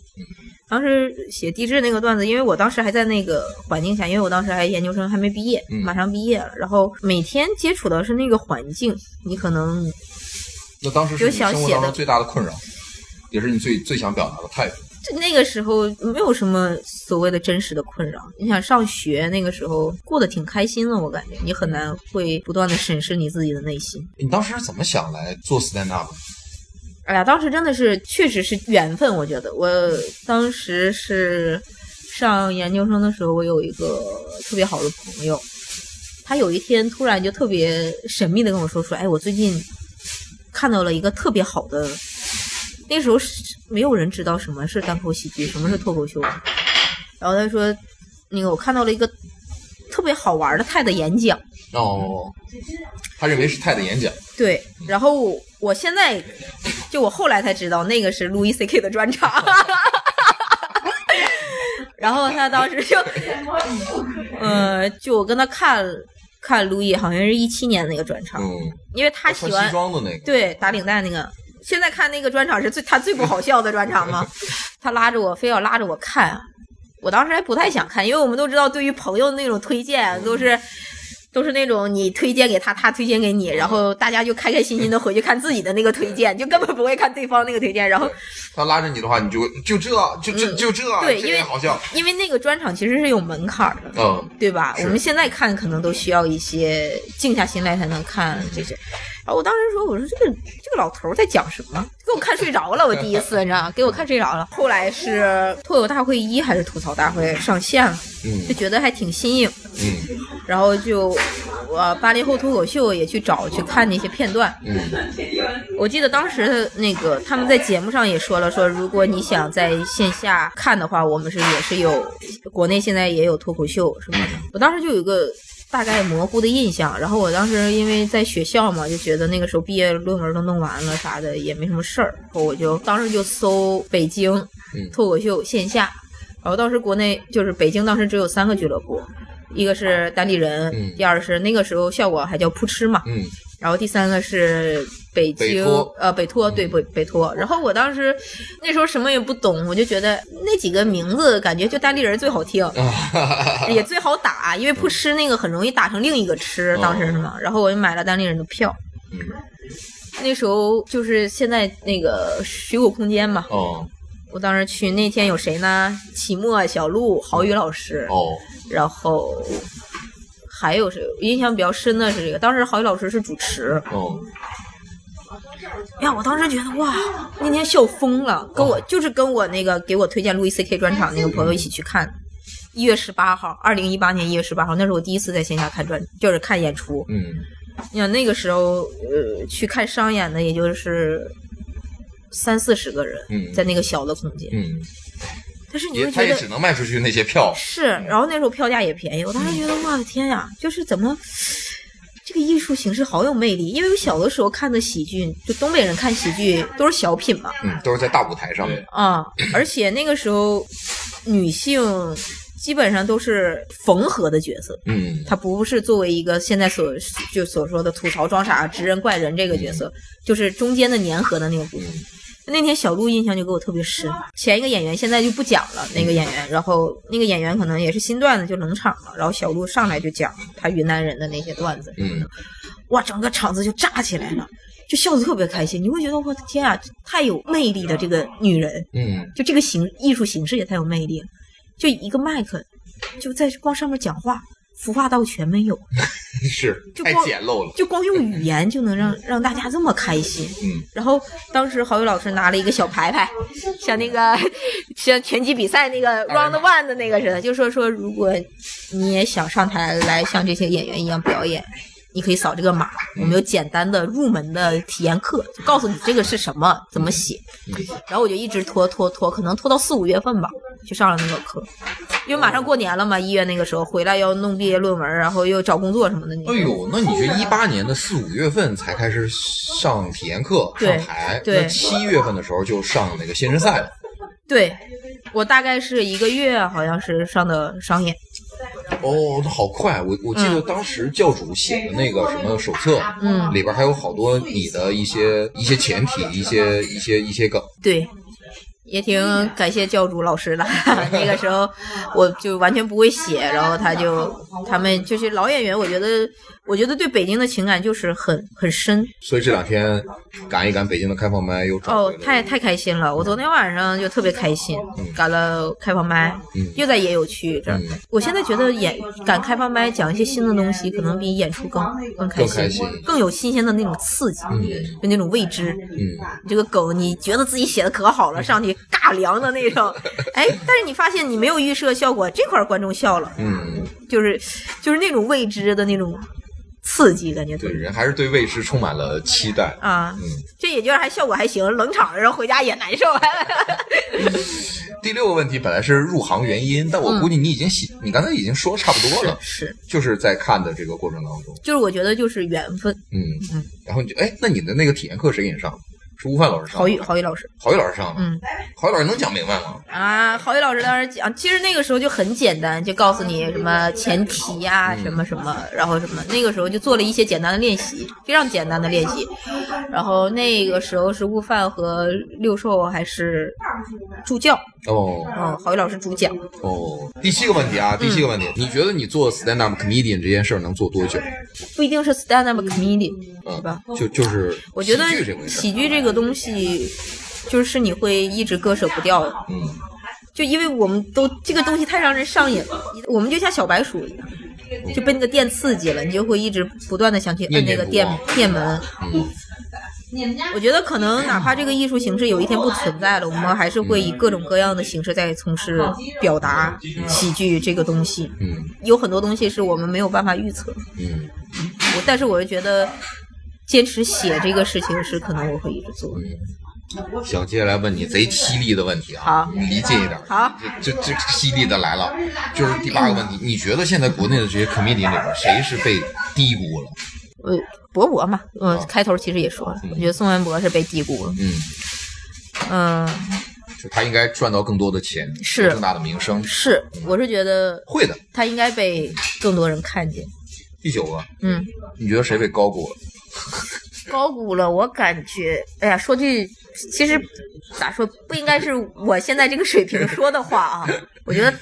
Speaker 4: 当时写地质那个段子，因为我当时还在那个环境下，因为我当时还研究生还没毕业，
Speaker 3: 嗯
Speaker 4: 马上毕业了，然后每天接触的是那个环境，你可能
Speaker 3: 那当时是
Speaker 4: 有
Speaker 3: 你
Speaker 4: 小
Speaker 3: 生活
Speaker 4: 写
Speaker 3: 当
Speaker 4: 的
Speaker 3: 中最大的困扰，也是你最最想表达的态度。
Speaker 4: 就那个时候没有什么所谓的真实的困扰。你想上学那个时候过得挺开心的，我感觉你很难会不断的审视你自己的内心。
Speaker 3: 你当时是怎么想来做 stand up？
Speaker 4: 哎呀，当时真的是确实是缘分，我觉得我当时是上研究生的时候，我有一个特别好的朋友，他有一天突然就特别神秘的跟我说说，哎，我最近看到了一个特别好的，那个时候是没有人知道什么是单口喜剧，什么是脱口秀，然后他说，那个我看到了一个特别好玩的泰的演讲。
Speaker 3: 哦，他认为是泰的演讲。
Speaker 4: 对，然后我我现在就我后来才知道那个是路易 C K 的专场， <laughs> 然后他当时
Speaker 3: <laughs>
Speaker 4: 就，呃，就我跟他看看路易，好像是一七年那个专场，
Speaker 3: 嗯，
Speaker 4: 因为他喜
Speaker 3: 穿
Speaker 4: 欢
Speaker 3: 西装的那个。
Speaker 4: 对打领带那个。现在看那个专场是最他最不好笑的专场吗？他拉着我，非要拉着我看，我当时还不太想看，因为我们都知道，对于朋友的那种推荐都是。都是那种你推荐给他，他推荐给你，然后大家就开开心心的回去看自己的那个推荐，就根本不会看对方那个推荐。然后，
Speaker 3: 他拉着你的话，你就会就这就这
Speaker 4: 嗯
Speaker 3: 就这，
Speaker 4: 对，
Speaker 3: 这
Speaker 4: 因
Speaker 3: 也
Speaker 4: 为
Speaker 3: 好笑。
Speaker 4: 因为那个专场其实是有门槛的，
Speaker 3: 嗯
Speaker 4: 对吧？
Speaker 3: 是
Speaker 4: 我们现在看可能都需要一些静下心来才能看这些。然后我当时说，我说这个这个老头儿在讲什么？给我看睡着了，我第一次你
Speaker 3: <laughs>
Speaker 4: 知道吗？给我看睡着了。后来是脱口大会一还是吐槽大会上线了，就
Speaker 3: 嗯
Speaker 4: 觉得还挺新颖，
Speaker 3: 嗯
Speaker 4: 然后就我八零后脱口秀也去找去看那些片段。
Speaker 3: 嗯
Speaker 4: 我记得当时那个他们在节目上也说了，说如果你想在线下看的话，我们是也是有国内现在也有脱口秀什么的。我当时就有一个大概模糊的印象，然后我当时因为在学校嘛，就觉得那个时候毕业论文都弄完了啥的，也没什么事儿，然后我就当时就搜北京脱口秀线下，然后当时国内就是北京当时只有三个俱乐部。一个是单立人，
Speaker 3: 嗯
Speaker 4: 第二是那个时候效果还叫扑哧嘛， <laughs>
Speaker 3: 嗯，
Speaker 4: 然后第三个是北京，
Speaker 3: 北托嗯
Speaker 4: 呃，北托，对，北北托。然后我当时那时候什么也不懂，我就觉得那几个名字感觉就单立人最好听，
Speaker 3: 嗯
Speaker 4: 也最好打，因为不吃那个很容易打成另一个吃，
Speaker 3: 哦
Speaker 4: 当时是嘛。然后我就买了单立人的票。
Speaker 3: 嗯
Speaker 4: 那时候就是现在那个水果空间嘛，
Speaker 3: 哦
Speaker 4: 我当时去那天有谁呢？齐墨、小鹿、郝宇老师，
Speaker 3: 哦
Speaker 4: 然后还有谁？印象比较深的是这个，当时郝宇老师是主持，
Speaker 3: 哦，
Speaker 4: 哎呀，我当时觉得哇，那天笑疯了，跟我就是跟我那个给我推荐路易 C K 专场那个朋友一起去看，一月十八号，二零一八年一月十八号，那是我第一次在线下看专，就是看演出。
Speaker 3: 嗯
Speaker 4: 你想那个时候，呃，去看商演的也就是三四十个人
Speaker 3: 嗯，
Speaker 4: 在那个小的空间，
Speaker 3: 嗯，
Speaker 4: 但是你
Speaker 3: 也
Speaker 4: 会
Speaker 3: 他
Speaker 4: 觉
Speaker 3: 也
Speaker 4: 得
Speaker 3: 只能卖出去那些票。
Speaker 4: 是，然后那时候票价也便宜，我当
Speaker 3: 嗯
Speaker 4: 时觉得哇天呀，就是怎么这个艺术形式好有魅力？因为我小的时候看的喜剧，就东北人看喜剧都是小品嘛，
Speaker 3: 嗯，都是在大舞台上面。
Speaker 4: 啊，而且那个时候女性基本上都是缝合的角色，
Speaker 3: 嗯
Speaker 4: 她不是作为一个现在所就所说的吐槽、装傻、啊直人、怪人这个角色，就是中间的粘合的那个部分。
Speaker 3: 嗯
Speaker 4: 那天小鹿印象就给我特别深，前一个演员现在就不讲了，那个演员，然后那个演员可能也是新段子就冷场了，然后小鹿上来就讲他云南人的那些段子，
Speaker 3: 嗯
Speaker 4: 哇，整个场子就炸起来了，就笑得特别开心，你会觉得我的天啊，太有魅力的这个女人，
Speaker 3: 嗯
Speaker 4: 就这个形艺术形式也太有魅力了，就一个麦克，就在光上面讲话，服化道全没有，
Speaker 3: 是
Speaker 4: 就
Speaker 3: 太
Speaker 4: 光
Speaker 3: 简陋了。
Speaker 4: 就光用语言就能让让大家这么开心。
Speaker 3: 嗯
Speaker 4: 然后当时郝宇老师拿了一个小牌牌，像那个像拳击比赛那个 round one 的那个似的，就说说如果你也想上台来像这些演员一样表演。你可以扫这个码，我们有简单的入门的体验课，就告诉你这个是什么，怎么写。
Speaker 3: 嗯
Speaker 4: 然后我就一直拖拖拖，可能拖到四五月份吧，就上了那个课。因为马上过年了嘛，一月那个时候回来要弄毕业论文，然后又找工作什么的。
Speaker 3: 哎呦，那你是一八年的四五月份才开始上体验课上
Speaker 4: 对
Speaker 3: 台，
Speaker 4: 对
Speaker 3: 那七月份的时候就上那个新人赛了。
Speaker 4: 对，我大概是一个月，好像是上的商演，
Speaker 3: 哦，那好快！我我记得当时教主写的那个什么手册，
Speaker 4: 嗯
Speaker 3: 里边还有好多你的一些一些前提、一些一些一些梗。
Speaker 4: 对，也挺感谢教主老师的。 <laughs> 那个时候我就完全不会写，然后他就他们就是老演员，我觉得我觉得对北京的情感就是很很深
Speaker 3: 所以这两天赶一赶北京的开放麦，又找
Speaker 4: 哦
Speaker 3: 回了，
Speaker 4: 太太开心了！我昨天晚上就特别开心，赶了开放麦，
Speaker 3: 嗯
Speaker 4: 又在野有区这儿。
Speaker 3: 嗯
Speaker 4: 我现在觉得演赶开放麦讲一些新的东西，可能比演出更更开
Speaker 3: 更开心
Speaker 4: 更有新鲜的那种刺激，
Speaker 3: 嗯
Speaker 4: 就那种未知。
Speaker 3: 嗯，
Speaker 4: 这个梗你觉得自己写的可好了，上去尬凉的那
Speaker 3: <laughs>
Speaker 4: 种，哎，但是你发现你没有预设效果，这块儿观众笑了，
Speaker 3: 嗯，
Speaker 4: 就是就是那种未知的那种刺激，感觉特
Speaker 3: 对，
Speaker 4: 别
Speaker 3: 人还是对未知充满了期待。
Speaker 4: 啊
Speaker 3: 嗯，
Speaker 4: 这也就是还效果还行，冷场然后回家也难受。
Speaker 3: 第六个问题本来是入行原因，但我估计你已经写，你刚才已经说差不多了，
Speaker 4: 嗯 <laughs> 是，
Speaker 3: 就是在看的这个过程当中，
Speaker 4: 就是我觉得就是缘分，
Speaker 3: 嗯，然后你就哎，那你的那个体验课谁给你上的？是吴范老师上的？
Speaker 4: 郝宇郝宇老师，
Speaker 3: 郝宇老师上的。
Speaker 4: 嗯
Speaker 3: 郝宇老师能讲明白吗？
Speaker 4: 啊，郝宇老师当时讲，其实那个时候就很简单，就告诉你什么前提呀、什么什么，然后什么，那个时候就做了一些简单的练习，非常简单的练习。然后那个时候是悟饭和六兽还是助教，
Speaker 3: 哦
Speaker 4: 嗯，郝宇老师主讲，
Speaker 3: 哦，第七个问题啊，
Speaker 4: 嗯
Speaker 3: 第七个问题，你觉得你做 stand up comedian 这件事儿能做多久？
Speaker 4: 不一定是 stand up comedy，
Speaker 3: 嗯
Speaker 4: 对吧？，
Speaker 3: 就就是
Speaker 4: 我觉得
Speaker 3: 喜剧这回事
Speaker 4: 喜
Speaker 3: 儿，
Speaker 4: 剧这个东西，就是你会一直割舍不掉的。
Speaker 3: 嗯，
Speaker 4: 就因为我们都这个东西太让人上瘾了，我们就像小白鼠一样，就被那个电刺激了，你就会一直不断的想去摁那个
Speaker 3: 念念
Speaker 4: 电
Speaker 3: 不忘
Speaker 4: 电门。
Speaker 3: 嗯
Speaker 4: 我觉得可能哪怕这个艺术形式有一天不存在了，我们还是会以各种各样的形式在从事表达喜剧这个东西。
Speaker 3: 嗯
Speaker 4: 有很多东西是我们没有办法预测，
Speaker 3: 嗯
Speaker 4: 我但是我是觉得。坚持写这个事情是可能我会一直做的，
Speaker 3: 嗯，行，接下来问你贼犀利的问题啊，
Speaker 4: 好
Speaker 3: 你离近一点，
Speaker 4: 好，
Speaker 3: 这这这犀利的来了，就是第八个问题，你觉得现在国内的这些 comedian 里边，谁是被低估了？
Speaker 4: 呃，博博嘛，嗯，开头其实也说了，我觉得宋文博是被低估了，
Speaker 3: 嗯，
Speaker 4: 嗯，
Speaker 3: 就他应该赚到更多的钱，
Speaker 4: 是
Speaker 3: 有更大的名声，
Speaker 4: 是，我是觉得
Speaker 3: 会的。
Speaker 4: 他应该被更多人看见。
Speaker 3: 第九个，
Speaker 4: 嗯，
Speaker 3: 你觉得谁被高估了？
Speaker 4: 高估了，我感觉，哎呀，说句其实咋说，不应该是我现在这个水平说的话啊。我觉得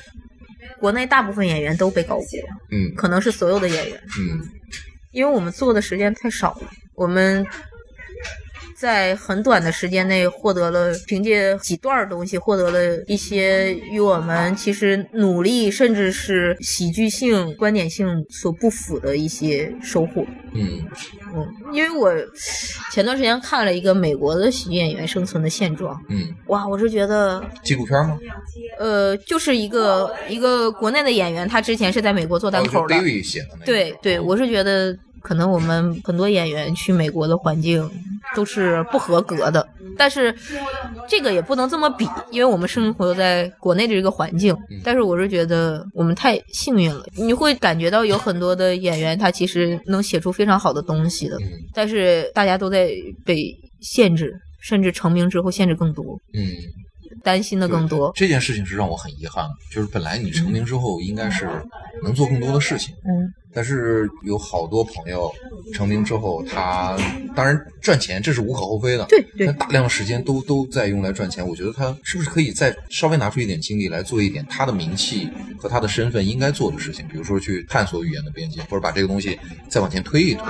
Speaker 4: 国内大部分演员都被高估了，
Speaker 3: 嗯
Speaker 4: 可能是所有的演员，
Speaker 3: 嗯
Speaker 4: 因为我们做的时间太少了，我们。在很短的时间内获得了凭借几段东西获得了一些与我们其实努力甚至是喜剧性观点性所不符的一些收获。
Speaker 3: 嗯
Speaker 4: 嗯，因为我前段时间看了一个美国的喜剧演员生存的现状，
Speaker 3: 嗯，
Speaker 4: 哇，我是觉得，
Speaker 3: 纪录片吗？
Speaker 4: 呃，就是一个一个国内的演员，他之前是在美国做单口
Speaker 3: 哦就
Speaker 4: 的，
Speaker 3: David 写的那个。
Speaker 4: 对对，我是觉得可能我们很多演员去美国的环境都是不合格的，但是这个也不能这么比，因为我们生活在国内的这个环境。但是我是觉得我们太幸运了，你会感觉到有很多的演员他其实能写出非常好的东西
Speaker 3: 嗯
Speaker 4: 的，但是大家都在被限制，甚至成名之后限制更多，
Speaker 3: 嗯，
Speaker 4: 担心的更多。
Speaker 3: 这件事情是让我很遗憾的，就是本来你成名之后应该是能做更多的事情，
Speaker 4: 嗯，
Speaker 3: 但是有好多朋友成名之后，他当然赚钱这是无可厚非的，
Speaker 4: 对对
Speaker 3: 但大量时间都都在用来赚钱，我觉得他是不是可以再稍微拿出一点精力来做一点他的名气和他的身份应该做的事情，比如说去探索语言的边界，或者把这个东西再往前推一推，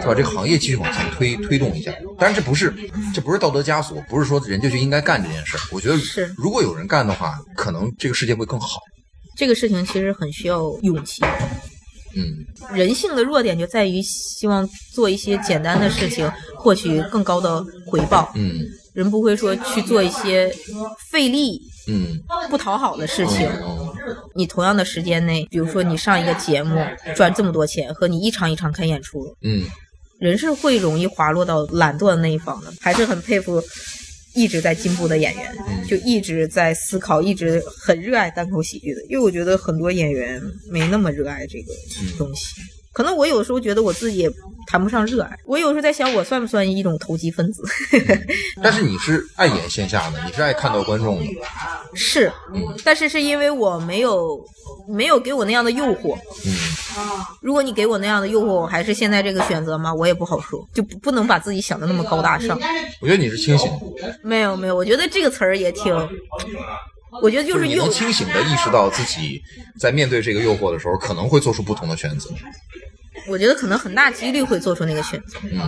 Speaker 3: 再把这个行业继续往前推推动一下。当然这不是这不是道德枷锁，不是说人家就应该干这件事儿，我觉得
Speaker 4: 是
Speaker 3: 如果有人干的话，可能这个世界会更好。
Speaker 4: 这个事情其实很需要勇气。
Speaker 3: 嗯
Speaker 4: 人性的弱点就在于希望做一些简单的事情，获取更高的回报。
Speaker 3: 嗯
Speaker 4: 人不会说去做一些费力、
Speaker 3: 嗯
Speaker 4: 不讨好的事情。
Speaker 3: 嗯
Speaker 4: 你同样的时间内，比如说你上一个节目赚这么多钱，和你一场一场看演出，
Speaker 3: 嗯，
Speaker 4: 人是会容易滑落到懒惰的那一方的。还是很佩服一直在进步的演员，就一直在思考，一直很热爱单口喜剧的。因为我觉得很多演员没那么热爱这个东西。可能我有时候觉得我自己也谈不上热爱，我有时候在想，我算不算一种投机分子？ <laughs>
Speaker 3: 但是你是爱演线下的，你是爱看到观众的，
Speaker 4: 是，
Speaker 3: 嗯
Speaker 4: 但是是因为我没有没有给我那样的诱惑。
Speaker 3: 嗯，
Speaker 4: 如果你给我那样的诱惑，我还是现在这个选择吗？我也不好说，就不不能把自己想的那么高大
Speaker 3: 嗯
Speaker 4: 上。
Speaker 3: 我觉得你是清醒的，
Speaker 4: 没有没有，我觉得这个词儿也挺，我觉得就是啊
Speaker 3: 你能
Speaker 4: 用
Speaker 3: 清醒的意识到自己在面对这个诱惑的时候，可能会做出不同的选择。
Speaker 4: 我觉得可能很大几率会做出那个选择。
Speaker 3: 嗯，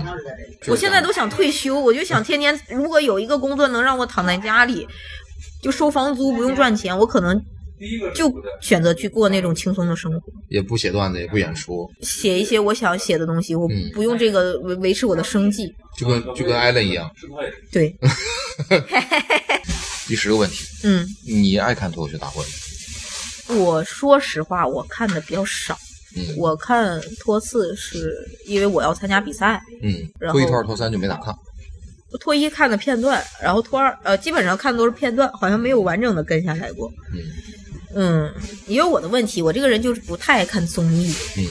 Speaker 3: 就是
Speaker 4: 我现在都想退休，我就想天天，如果有一个工作能让我躺在家里，就收房租不用赚钱，我可能就选择去过那种轻松的生活，
Speaker 3: 也不写段子，也不演出，
Speaker 4: 写一些我想写的东西，我
Speaker 3: 嗯
Speaker 4: 不用这个维维持我的生计。
Speaker 3: 就跟就跟艾伦一样。
Speaker 4: 对，
Speaker 3: 第十个问题，
Speaker 4: <laughs> 嗯，
Speaker 3: 你爱看脱口秀大会吗？
Speaker 4: 我说实话，我看的比较少，
Speaker 3: 嗯
Speaker 4: 我看托四是因为我要参加比赛，
Speaker 3: 嗯，
Speaker 4: 然
Speaker 3: 脱一
Speaker 4: 后
Speaker 3: 脱二脱三就没咋看。
Speaker 4: 脱一看的片段，然后脱二呃基本上看的都是片段，好像没有完整的跟下来过。
Speaker 3: 嗯
Speaker 4: 嗯，也有我的问题，我这个人就是不太爱看综艺，
Speaker 3: 嗯，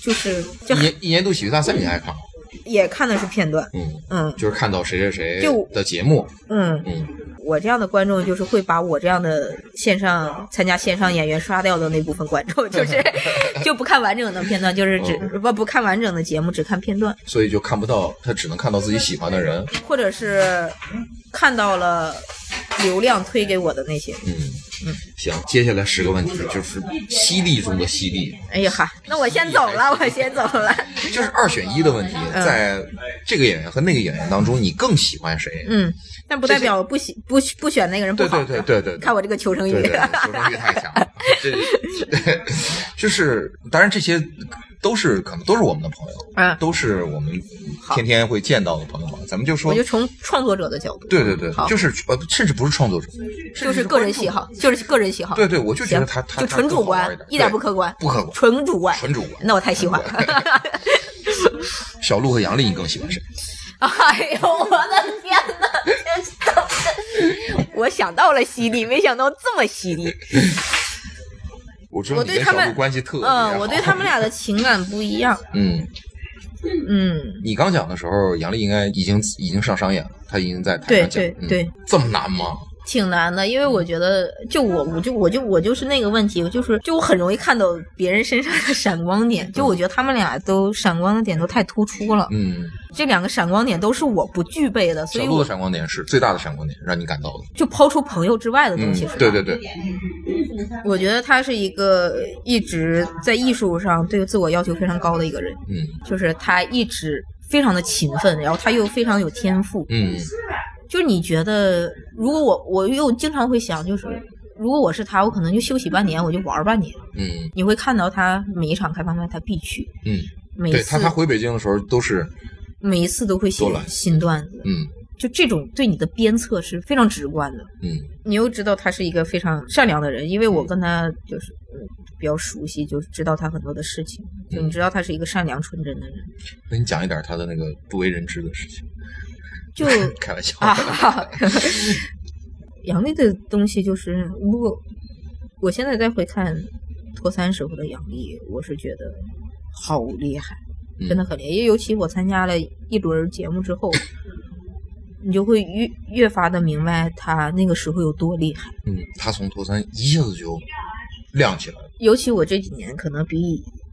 Speaker 4: 就是就
Speaker 3: 一年一年度喜剧大赛你爱看吗？
Speaker 4: 也看的是片段。
Speaker 3: 嗯，
Speaker 4: 嗯
Speaker 3: 就是看到谁谁谁
Speaker 4: 就
Speaker 3: 的节目。
Speaker 4: 嗯，
Speaker 3: 嗯
Speaker 4: 我这样的观众就是会把我这样的线上参加线上演员刷掉的那部分观众， <laughs> 就是就不看完整的片段，就是只
Speaker 3: 哦
Speaker 4: 不不看完整的节目，只看片段，
Speaker 3: 所以就看不到，他只能看到自己喜欢的人。
Speaker 4: 或者是看到了流量推给我的那些。
Speaker 3: 嗯，行，接下来十个问题就是犀利中的犀利，
Speaker 4: 哎呀哈，那我先走了，我先走了。
Speaker 3: 就是二选一的问题，
Speaker 4: 嗯
Speaker 3: 在这个演员和那个演员当中，你更喜欢谁？
Speaker 4: 嗯，但不代表我不喜不不选那个人不
Speaker 3: 对
Speaker 4: 好。啊
Speaker 3: 对对对对，对
Speaker 4: 看我这个求生欲
Speaker 3: 对。对对，求
Speaker 4: <laughs>
Speaker 3: 生欲太强了。这 <laughs> 对，就是当然这些都是可能都是我们的朋友，
Speaker 4: 嗯
Speaker 3: 都是我们天天会见到的朋友嘛。咱们就说
Speaker 4: 我就，从创作者的角度，
Speaker 3: 对对对，
Speaker 4: 好
Speaker 3: 就是呃，甚至不是创作者，甚
Speaker 4: 就
Speaker 3: 至
Speaker 4: 是个人喜好，就是个人喜好。
Speaker 3: 对对，我就觉得
Speaker 4: 行
Speaker 3: 他他
Speaker 4: 就
Speaker 3: 他
Speaker 4: 纯
Speaker 3: 更
Speaker 4: 主
Speaker 3: 好
Speaker 4: 观
Speaker 3: 玩，
Speaker 4: 一点
Speaker 3: 对
Speaker 4: 不客观，
Speaker 3: 不客观
Speaker 4: 纯主观，
Speaker 3: 纯主观
Speaker 4: 那我太喜欢
Speaker 3: 纯
Speaker 4: 了 <laughs>
Speaker 3: 主。小鹿和杨丽，你更喜欢谁？
Speaker 4: 哎呦，我的天哪！真是我想到了犀利，没想到这么
Speaker 3: <laughs>
Speaker 4: 犀利。
Speaker 3: 我知道
Speaker 4: 我
Speaker 3: 你
Speaker 4: 对
Speaker 3: 跟
Speaker 4: 他
Speaker 3: 小鹿
Speaker 4: 们
Speaker 3: 关系特别好
Speaker 4: 嗯，我对他们俩的情感不一样。
Speaker 3: 嗯，
Speaker 4: 嗯，
Speaker 3: 你刚讲的时候，杨丽应该已经已经上商演了，她已经在台上讲。
Speaker 4: 对对对
Speaker 3: 嗯，这么难吗？
Speaker 4: 挺难的，因为我觉得，就我，我就我就我就是那个问题，我就是就我很容易看到别人身上的闪光点。就我觉得他们俩都闪光的点都太突出了，
Speaker 3: 嗯，
Speaker 4: 这两个闪光点都是我不具备的，所
Speaker 3: 小
Speaker 4: 以
Speaker 3: 鹿
Speaker 4: 我
Speaker 3: 的闪光点是最大的闪光点，让你感到的。
Speaker 4: 就抛出朋友之外的
Speaker 3: 嗯
Speaker 4: 东西，是吧？，
Speaker 3: 对对对，
Speaker 4: 我觉得他是一个一直在艺术上对自我要求非常高的一个人，
Speaker 3: 嗯
Speaker 4: 就是他一直非常的勤奋，然后他又非常有天赋。
Speaker 3: 嗯
Speaker 4: 就是你觉得，如果我我又经常会想，就是如果我是他，我可能就休息半年，我就玩半年。
Speaker 3: 嗯
Speaker 4: 你会看到他每一场开放麦他必去，
Speaker 3: 嗯，
Speaker 4: 每一
Speaker 3: 对他
Speaker 4: 次
Speaker 3: 他回北京的时候都是
Speaker 4: 每一次都会写
Speaker 3: 都来
Speaker 4: 新段子，
Speaker 3: 嗯
Speaker 4: 就这种对你的鞭策是非常直观的。
Speaker 3: 嗯
Speaker 4: 你又知道他是一个非常善良的人，因为我跟他就是嗯比较熟悉，就是知道他很多的事情，就你知道他是一个善良纯真的人。
Speaker 3: 嗯那你讲一点他的那个不为人知的事情， <laughs>
Speaker 4: 就
Speaker 3: 开玩笑。
Speaker 4: 啊， <laughs> 杨笠的东西就是，如果我现在再回看托三时候的杨笠，我是觉得好厉害，
Speaker 3: 嗯
Speaker 4: 真的很厉害。尤其我参加了一轮节目之后，你就会越越发的明白他那个时候有多厉害。
Speaker 3: 嗯，他从托三一下子就亮起来了。
Speaker 4: 尤其我这几年可能比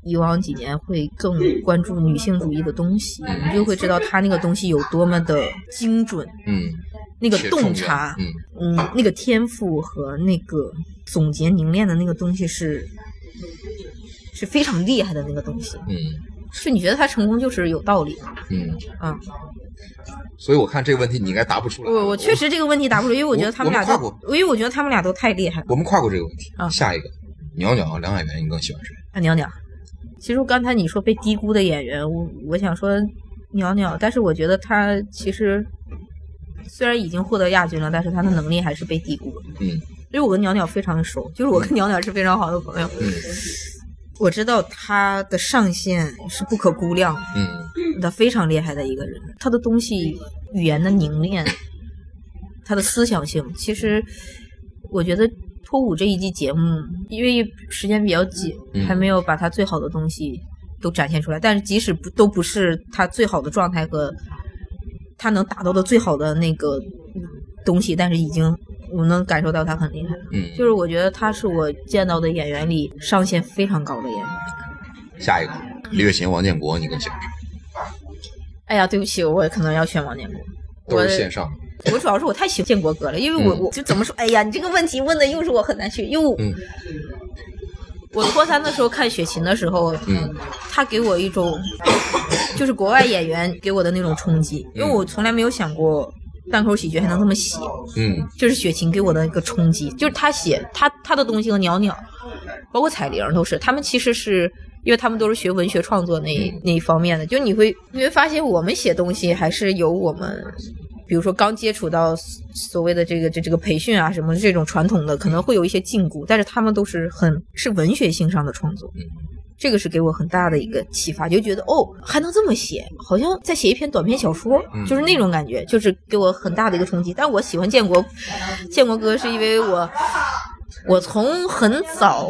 Speaker 4: 以往几年会更关注女性主义的东西，你就会知道他那个东西有多么的精准，
Speaker 3: 嗯，
Speaker 4: 那个
Speaker 3: 且
Speaker 4: 洞
Speaker 3: 重要
Speaker 4: 察，
Speaker 3: 嗯
Speaker 4: 嗯，那个天赋和那个总结凝练的那个东西是是非常厉害的那个东西。
Speaker 3: 嗯
Speaker 4: 就你觉得他成功就是有道理，
Speaker 3: 嗯，
Speaker 4: 嗯，
Speaker 3: 所以我看这个问题你应该答不出来。
Speaker 4: 我我确实这个问题答不出，因为我觉得他们俩
Speaker 3: 我
Speaker 4: 都
Speaker 3: 我们跨，
Speaker 4: 因为我觉得他们俩都太厉害了。
Speaker 3: 我们跨过这个问题，
Speaker 4: 啊
Speaker 3: 下一个，鸟鸟和梁海源，你更喜欢谁？
Speaker 4: 啊，鸟鸟，其实刚才你说被低估的演员，我我想说鸟鸟，但是我觉得他其实虽然已经获得亚军了，但是他的能力还是被低估了。
Speaker 3: 嗯
Speaker 4: 因为我跟鸟鸟非常熟，就是我跟鸟鸟是非常好的朋友。
Speaker 3: 嗯
Speaker 4: 我知道他的上限是不可估量的，
Speaker 3: 嗯
Speaker 4: 他非常厉害的一个人。他的东西语言的凝练，他的思想性，其实我觉得脱舞这一季节目，因为时间比较紧
Speaker 3: 嗯，
Speaker 4: 还没有把他最好的东西都展现出来。但是即使不都不是他最好的状态和他能达到的最好的那个东西，但是已经我能感受到他很厉害了。
Speaker 3: 嗯，
Speaker 4: 就是我觉得他是我见到的演员里上限非常高的演员。
Speaker 3: 下一个李雪琴、王建国，你更喜欢谁？
Speaker 4: 哎呀，对不起，我可能要选王建国。
Speaker 3: 都
Speaker 4: 我
Speaker 3: 是线上的，
Speaker 4: 我主要是我太喜欢建国哥了，因为我、
Speaker 3: 嗯
Speaker 4: 我就怎么说？哎呀，你这个问题问的又是我很难去，因为我、
Speaker 3: 嗯
Speaker 4: 我高三的时候看雪琴的时候，
Speaker 3: 嗯
Speaker 4: 他给我一种就是国外演员给我的那种冲击，因为我从来没有想过单口喜剧还能这么写，
Speaker 3: 嗯
Speaker 4: 就是雪琴给我的一个冲击，就是他写他他的东西和袅袅，包括彩玲都是，他们其实是因为他们都是学文学创作那一、
Speaker 3: 嗯
Speaker 4: 那一方面的，就你会你会发现我们写东西还是有我们。比如说刚接触到所所谓的这个这这个培训啊什么这种传统的，可能会有一些禁锢，但是他们都是很是文学性上的创作，
Speaker 3: 嗯
Speaker 4: 这个是给我很大的一个启发，就觉得哦还能这么写，好像在写一篇短篇小说，
Speaker 3: 嗯
Speaker 4: 就是那种感觉，就是给我很大的一个冲击。但我喜欢建国，建国哥是因为我我从很早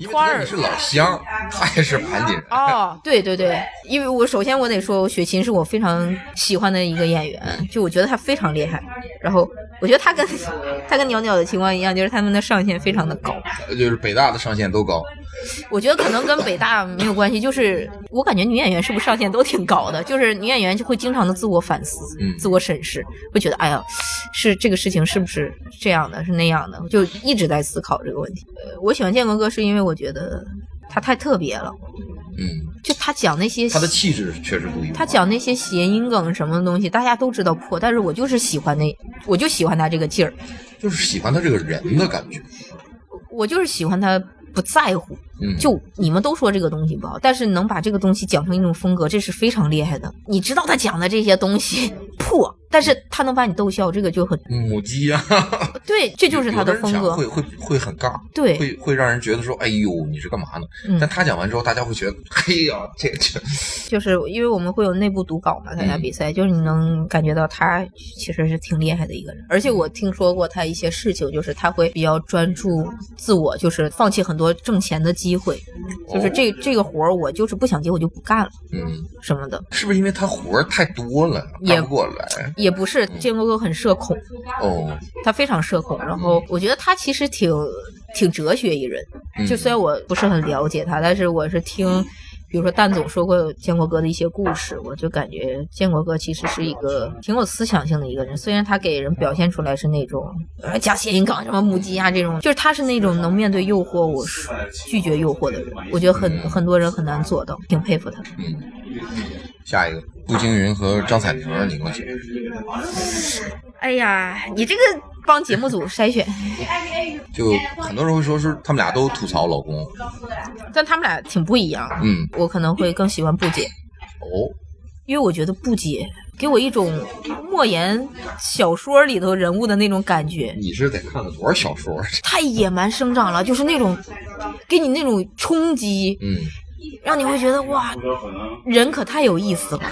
Speaker 3: 因为
Speaker 4: 托
Speaker 3: 他
Speaker 4: 儿
Speaker 3: 你是老乡， <laughs> 他也是盘锦人，
Speaker 4: 哦，对对对，因为我首先我得说，雪琴是我非常喜欢的一个演员，就我觉得她非常厉害。然后我觉得她跟她跟袅袅的情况一样，就是他们的上限非常的高。
Speaker 3: 就是北大的上限都高，
Speaker 4: 我觉得可能跟北大没有关系，就是我感觉女演员是不是上限都挺高的？就是女演员就会经常的自我反思、
Speaker 3: 嗯
Speaker 4: 自我审视，会觉得哎呀，是这个事情是不是这样的，是那样的，就一直在思考这个问题。呃我喜欢建国哥是因为我觉得他太特别了，
Speaker 3: 嗯，
Speaker 4: 就他讲那些
Speaker 3: 他的气质确实独一无二。
Speaker 4: 他讲那些谐音梗什么的东西，大家都知道破，但是我就是喜欢那，我就喜欢他这个劲儿，
Speaker 3: 就是喜欢他这个人的感觉，
Speaker 4: 我就是喜欢他不在乎。
Speaker 3: 嗯，
Speaker 4: 就你们都说这个东西不好，但是能把这个东西讲成一种风格，这是非常厉害的。你知道他讲的这些
Speaker 3: <laughs>
Speaker 4: 东西破，但是他能把你逗笑，这个就很
Speaker 3: 母鸡啊，
Speaker 4: 对，这就是他的风
Speaker 3: 有人讲
Speaker 4: 格
Speaker 3: 会。会会很尬，
Speaker 4: 对
Speaker 3: 会会让人觉得说，哎呦，你是干嘛呢？
Speaker 4: 嗯
Speaker 3: 但他讲完之后，大家会觉得， <laughs> 嘿呀，这这，
Speaker 4: 就是因为我们会有内部读稿嘛，参加比
Speaker 3: 嗯
Speaker 4: 赛，就是你能感觉到他其实是挺厉害的一个人。而且我听说过他一些事情，就是他会比较专注自我，就是放弃很多挣钱的机会，就是这这个活儿我就是不想接，我就不干了
Speaker 3: 嗯，
Speaker 4: 什么的。
Speaker 3: 是不是因为他活儿太多了，
Speaker 4: 也
Speaker 3: 干不过来？
Speaker 4: 也不是，建国哥很社恐，
Speaker 3: 哦，
Speaker 4: 他非常社恐。然后我觉得他其实挺挺哲学一人，
Speaker 3: 嗯
Speaker 4: 就虽然我不是很了解他，但是我是听，比如说蛋总说过建国哥的一些故事，我就感觉建国哥其实是一个挺有思想性的一个人。虽然他给人表现出来是那种呃加谐音梗什么母鸡啊这种，就是他是那种能面对诱惑我是拒绝诱惑的人。我觉得很
Speaker 3: 嗯
Speaker 4: 很多人很难做到，挺佩服他。
Speaker 3: 嗯，下一个，步惊云和张彩玲，你跟我讲，
Speaker 4: 哎呀，你这个帮节目组筛选，
Speaker 3: 就很多人会说是他们俩都吐槽老公，
Speaker 4: <laughs> 但他们俩挺不一样。
Speaker 3: 嗯，
Speaker 4: 我可能会更喜欢布姐。
Speaker 3: 哦，
Speaker 4: 因为我觉得不解，给我一种莫言小说里头人物的那种感觉，
Speaker 3: 你是得看了多少小说？
Speaker 4: 太野蛮生长了，就是那种给你那种冲击，
Speaker 3: <laughs> 嗯
Speaker 4: 让你会觉得哇，人可太有意思了。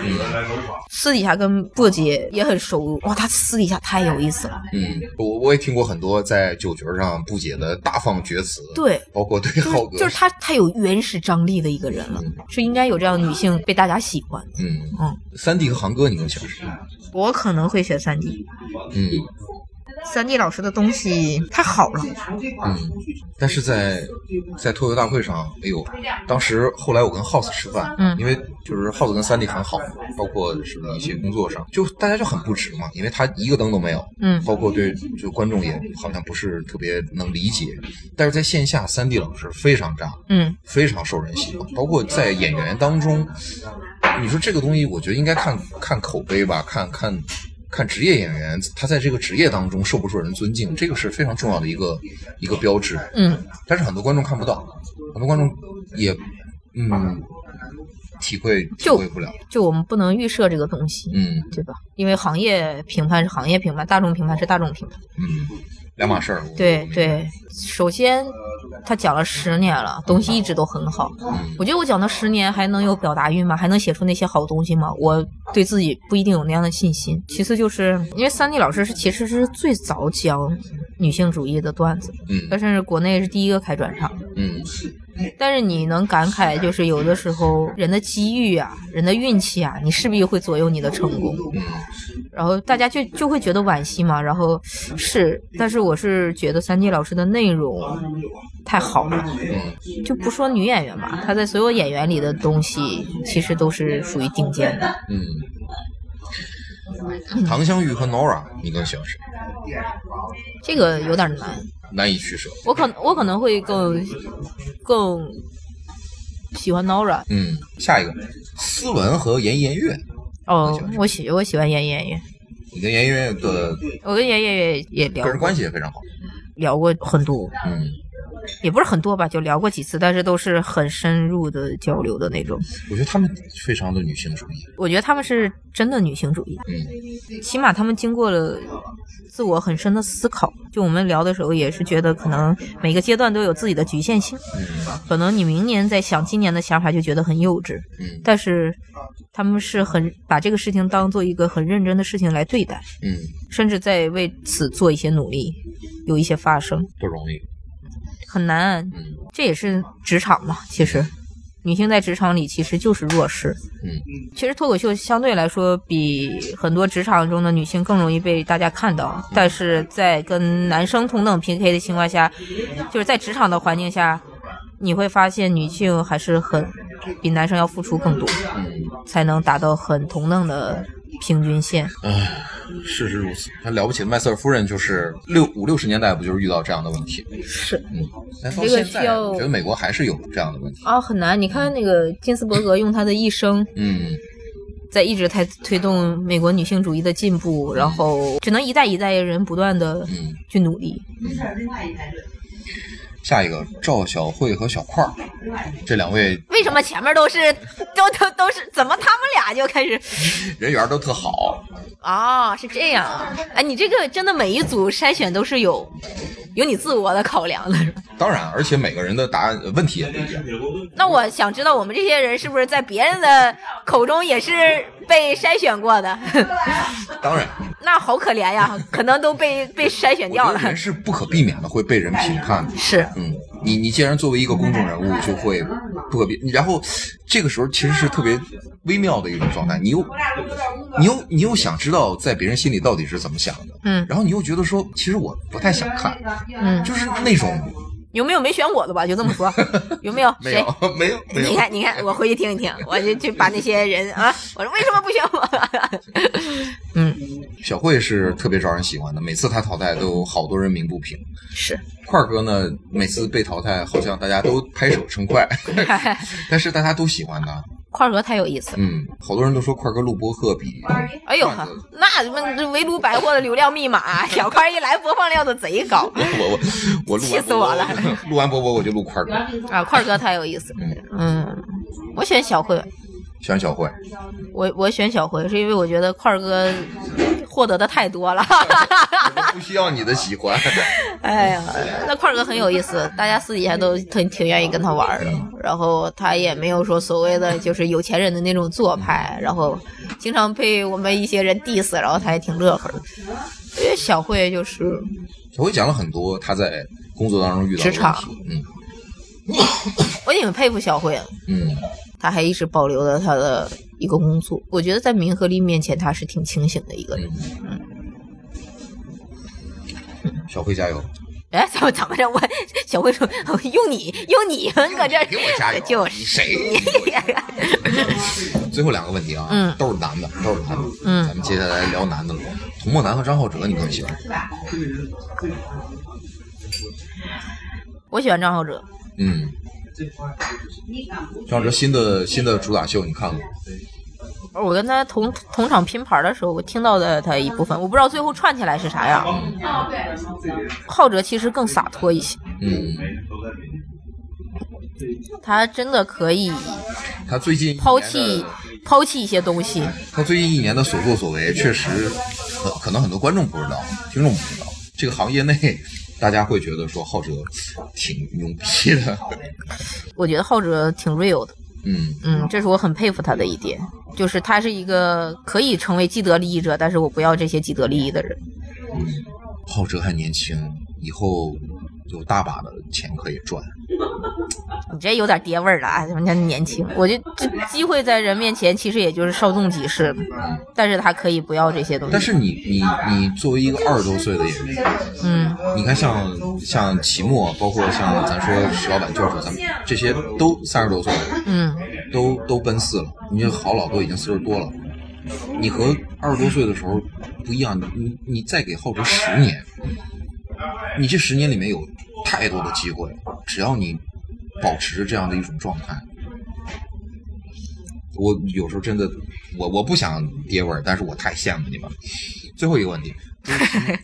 Speaker 4: 私底下跟布姐也很熟，哇，他私底下太有意思了。
Speaker 3: 嗯，我我也听过很多在酒局上不解的大放厥词，
Speaker 4: 对，
Speaker 3: 包括对
Speaker 4: 就是
Speaker 3: 浩哥，
Speaker 4: 就是他太有原始张力的一个人了，是应该有这样的女性被大家喜欢。
Speaker 3: 嗯，
Speaker 4: 嗯，
Speaker 3: 三弟和航哥，你更喜欢谁？
Speaker 4: 我可能会选三 D，
Speaker 3: 嗯
Speaker 4: 三 D 老师的东西太好了。
Speaker 3: 嗯，但是在在脱口大会上，哎呦，当时后来我跟 House 吃饭，
Speaker 4: 嗯
Speaker 3: 因为就是 House 跟三弟很好，包括是一些工作上，就大家就很不值嘛，因为他一个灯都没有，
Speaker 4: 嗯
Speaker 3: 包括对就观众也好像不是特别能理解，但是在线下三 D 老师非常炸，
Speaker 4: 嗯，
Speaker 3: 非常受人喜欢，包括在演员当中，你说这个东西，我觉得应该看看口碑吧，看看看职业演员他在这个职业当中受不受人尊敬，这个是非常重要的一个一个标志。
Speaker 4: 嗯，
Speaker 3: 但是很多观众看不到，很多观众也嗯体会体
Speaker 4: 就
Speaker 3: 会不了，
Speaker 4: 就我们不能预设这个东西。
Speaker 3: 嗯
Speaker 4: 对吧？因为行业评判是行业评判，大众评判是大众评判。
Speaker 3: 嗯，两码事儿。我
Speaker 4: 对，对，首先他讲了十年了，东西一直都很好。我觉得我讲到十年还能有表达欲吗？还能写出那些好东西吗？我对自己不一定有那样的信心。其次就是因为三 D 老师是其实是最早讲女性主义的段子，
Speaker 3: 嗯
Speaker 4: 它甚至国内是第一个开专场。
Speaker 3: 嗯
Speaker 4: 但是你能感慨，就是有的时候人的机遇啊，人的运气啊，你势必会左右你的成功。
Speaker 3: 嗯
Speaker 4: 然后大家就就会觉得惋惜嘛。然后是，但是我是觉得三季老师的内容太好了，
Speaker 3: 嗯
Speaker 4: 就不说女演员吧，她在所有演员里的东西其实都是属于顶尖的。
Speaker 3: 嗯。唐香玉和 Nora，你更喜欢谁？
Speaker 4: 这个有点难，
Speaker 3: 难以取舍。
Speaker 4: 我可我可能会更更喜欢 Nora。
Speaker 3: 嗯，下一个，思文和严颜悦，
Speaker 4: 哦，我喜我喜欢严妍妍，
Speaker 3: 你跟严颜悦的
Speaker 4: 我跟严妍妍也聊
Speaker 3: 个人
Speaker 4: 过
Speaker 3: 关系也非常好。
Speaker 4: 聊过很多，
Speaker 3: 嗯，
Speaker 4: 也不是很多吧，就聊过几次，但是都是很深入的交流的那种。
Speaker 3: 我觉得他们非常的女性主义。
Speaker 4: 我觉得他们是真的女性主义，
Speaker 3: 嗯
Speaker 4: 起码他们经过了自我很深的思考。就我们聊的时候，也是觉得可能每个阶段都有自己的局限性，
Speaker 3: 嗯
Speaker 4: 可能你明年在想今年的想法就觉得很幼稚，
Speaker 3: 嗯
Speaker 4: 但是他们是很把这个事情当做一个很认真的事情来对待，
Speaker 3: 嗯，
Speaker 4: 甚至在为此做一些努力，有一些发声，
Speaker 3: 不容易。
Speaker 4: 很难。
Speaker 3: 嗯
Speaker 4: 这也是职场嘛，其实女性在职场里其实就是弱势。
Speaker 3: 嗯
Speaker 4: 其实脱口秀相对来说比很多职场中的女性更容易被大家看到，
Speaker 3: 嗯
Speaker 4: 但是在跟男生同等 PK 的情况下，就是在职场的环境下，你会发现女性还是很比男生要付出更多，
Speaker 3: 嗯，
Speaker 4: 才能达到很同等的平均线。
Speaker 3: 唉，事实如此。他了不起的麦瑟尔夫人就是六五六十年代不就是遇到这样的问题？
Speaker 4: 是
Speaker 3: 嗯，但到
Speaker 4: 这个
Speaker 3: 现
Speaker 4: 需
Speaker 3: 在，
Speaker 4: 要
Speaker 3: 我觉得美国还是有这样的问题。
Speaker 4: 啊，很难。你看那个金斯伯格用他的一生
Speaker 3: 嗯
Speaker 4: 在一直在推动美国女性主义的进步，然后只能一代一代人不断的
Speaker 3: 嗯，
Speaker 4: 去努力。
Speaker 3: 下一个赵小慧和小块儿，这两位
Speaker 4: 为什么前面都是都都都是怎么他们俩就开始
Speaker 3: 人缘都特好。
Speaker 4: 啊、是这样啊？哎，你这个真的每一组筛选都是有有你自我的考量的。是吧
Speaker 3: 当然，而且每个人的答案呃问题也不一样。
Speaker 4: 那我想知道我们这些人是不是在别人的口中也是被筛选过的？
Speaker 3: 当然，
Speaker 4: 那好可怜呀，可能都被被筛选
Speaker 3: 我
Speaker 4: 掉
Speaker 3: 觉
Speaker 4: 了
Speaker 3: 得。人是不可避免的会被人评判的。
Speaker 4: 是，
Speaker 3: 嗯，你你既然作为一个公众人物，就会不可避，然后这个时候其实是特别微妙的一种状态。你又你又你又想知道在别人心里到底是怎么想的，
Speaker 4: 嗯
Speaker 3: 然后你又觉得说，其实我不太想看，
Speaker 5: 哦
Speaker 4: 嗯，
Speaker 3: 就是那种
Speaker 4: 有没有没选我的吧？就这么
Speaker 3: <laughs>
Speaker 4: 说，有没有？
Speaker 3: 没
Speaker 4: 谁
Speaker 3: 有没有没有
Speaker 4: <laughs> 你，看，你看，我回去听一听，我就去把那些人啊，我说为什么不选我？ <laughs> 嗯，
Speaker 3: 小慧是特别招人喜欢的，每次她淘汰都有好多人鸣不平。
Speaker 4: 是，
Speaker 3: 块儿哥呢，每次被淘汰，好像大家都拍手称
Speaker 4: <laughs>
Speaker 3: 快，但是大家都喜欢他。
Speaker 4: 块儿哥太有意思了。
Speaker 3: 嗯，好多人都说块儿哥录播客比
Speaker 4: 哎呦呵，那什么这围炉百货的流量密码，小块儿一来播放量都贼高
Speaker 3: 我 <laughs> 我我录完
Speaker 4: 气死我了
Speaker 3: 波波！录完波波我就录块儿哥，
Speaker 4: 啊！块儿哥太有意思
Speaker 3: 嗯，
Speaker 4: 嗯，我选小慧，
Speaker 3: 喜欢小慧。 <laughs>
Speaker 4: 我我选小慧是因为我觉得块儿哥获得的太多了。 <laughs>
Speaker 3: 我不需要你的喜欢，
Speaker 4: 哎呀，那块儿哥很有意思，大家私底下都挺挺愿意跟他玩儿的。然后他也没有说所谓的就是有钱人的那种做派，然后经常被我们一些人 diss，然后他也挺乐呵的。因为小慧就是
Speaker 3: 小慧讲了很多她在工作当中遇到的
Speaker 4: 职场
Speaker 3: 问题。
Speaker 4: 我挺佩服小慧，
Speaker 3: 嗯嗯
Speaker 4: 她还一直保留了她的一个工作。我觉得在明和利面前，她是挺清醒的一个人。
Speaker 3: 嗯，小慧加油！
Speaker 4: <laughs> 哎，怎么怎么着？我小慧说 <laughs> 用你 <laughs> 用你搁这儿
Speaker 3: 给我加油！
Speaker 4: 就
Speaker 3: 你
Speaker 4: 是
Speaker 3: 谁？最后两个问题啊，
Speaker 4: 嗯
Speaker 3: 都是男的，都是男的。
Speaker 4: 嗯
Speaker 3: 咱们接下来聊男的了。童漠男和张浩哲，你更喜欢谁？
Speaker 4: <laughs> 我喜欢张浩哲，
Speaker 3: 嗯，张浩哲新的新的主打秀你看过？
Speaker 4: 我跟他同同场拼盘的时候，我听到的他一部分，我不知道最后串起来是啥样。浩哲其实更洒脱一些，
Speaker 3: 嗯，
Speaker 4: 他真的可以
Speaker 3: 他最近一年的
Speaker 4: 抛弃抛弃一些东西。
Speaker 3: 他最近一年的所作所为，确实可可能很多观众不知道，听众不知道，这个行业内 <laughs> 大家会觉得说浩哲挺牛逼的， <laughs>
Speaker 4: 我觉得浩哲挺 real 的，
Speaker 3: 嗯
Speaker 4: 嗯，这是我很佩服他的一点，就是他是一个可以成为既得利益者，但是我不要这些既得利益的人。
Speaker 3: 嗯，浩哲还年轻，以后有大把的钱可以赚。
Speaker 4: 你这有点爹味儿了啊！人家年轻，我就这机会在人面前，其实也就是稍纵即逝，但是他可以不要这些东西。
Speaker 3: 但是你你你作为一个二十多岁的演员，
Speaker 4: 嗯，
Speaker 3: 你看像像齐墨，包括像咱说石老板、教授，咱们这些都三十多岁了，
Speaker 4: 嗯，
Speaker 3: 都都奔四了。你这好老都已经四十多了，你和二十多岁的时候不一样。你你再给浩哲十年，你这十年里面有太多的机会，只要你保持着这样的一种状态。我有时候真的，我我不想跌味儿，但是我太羡慕你们了。最后一个问题，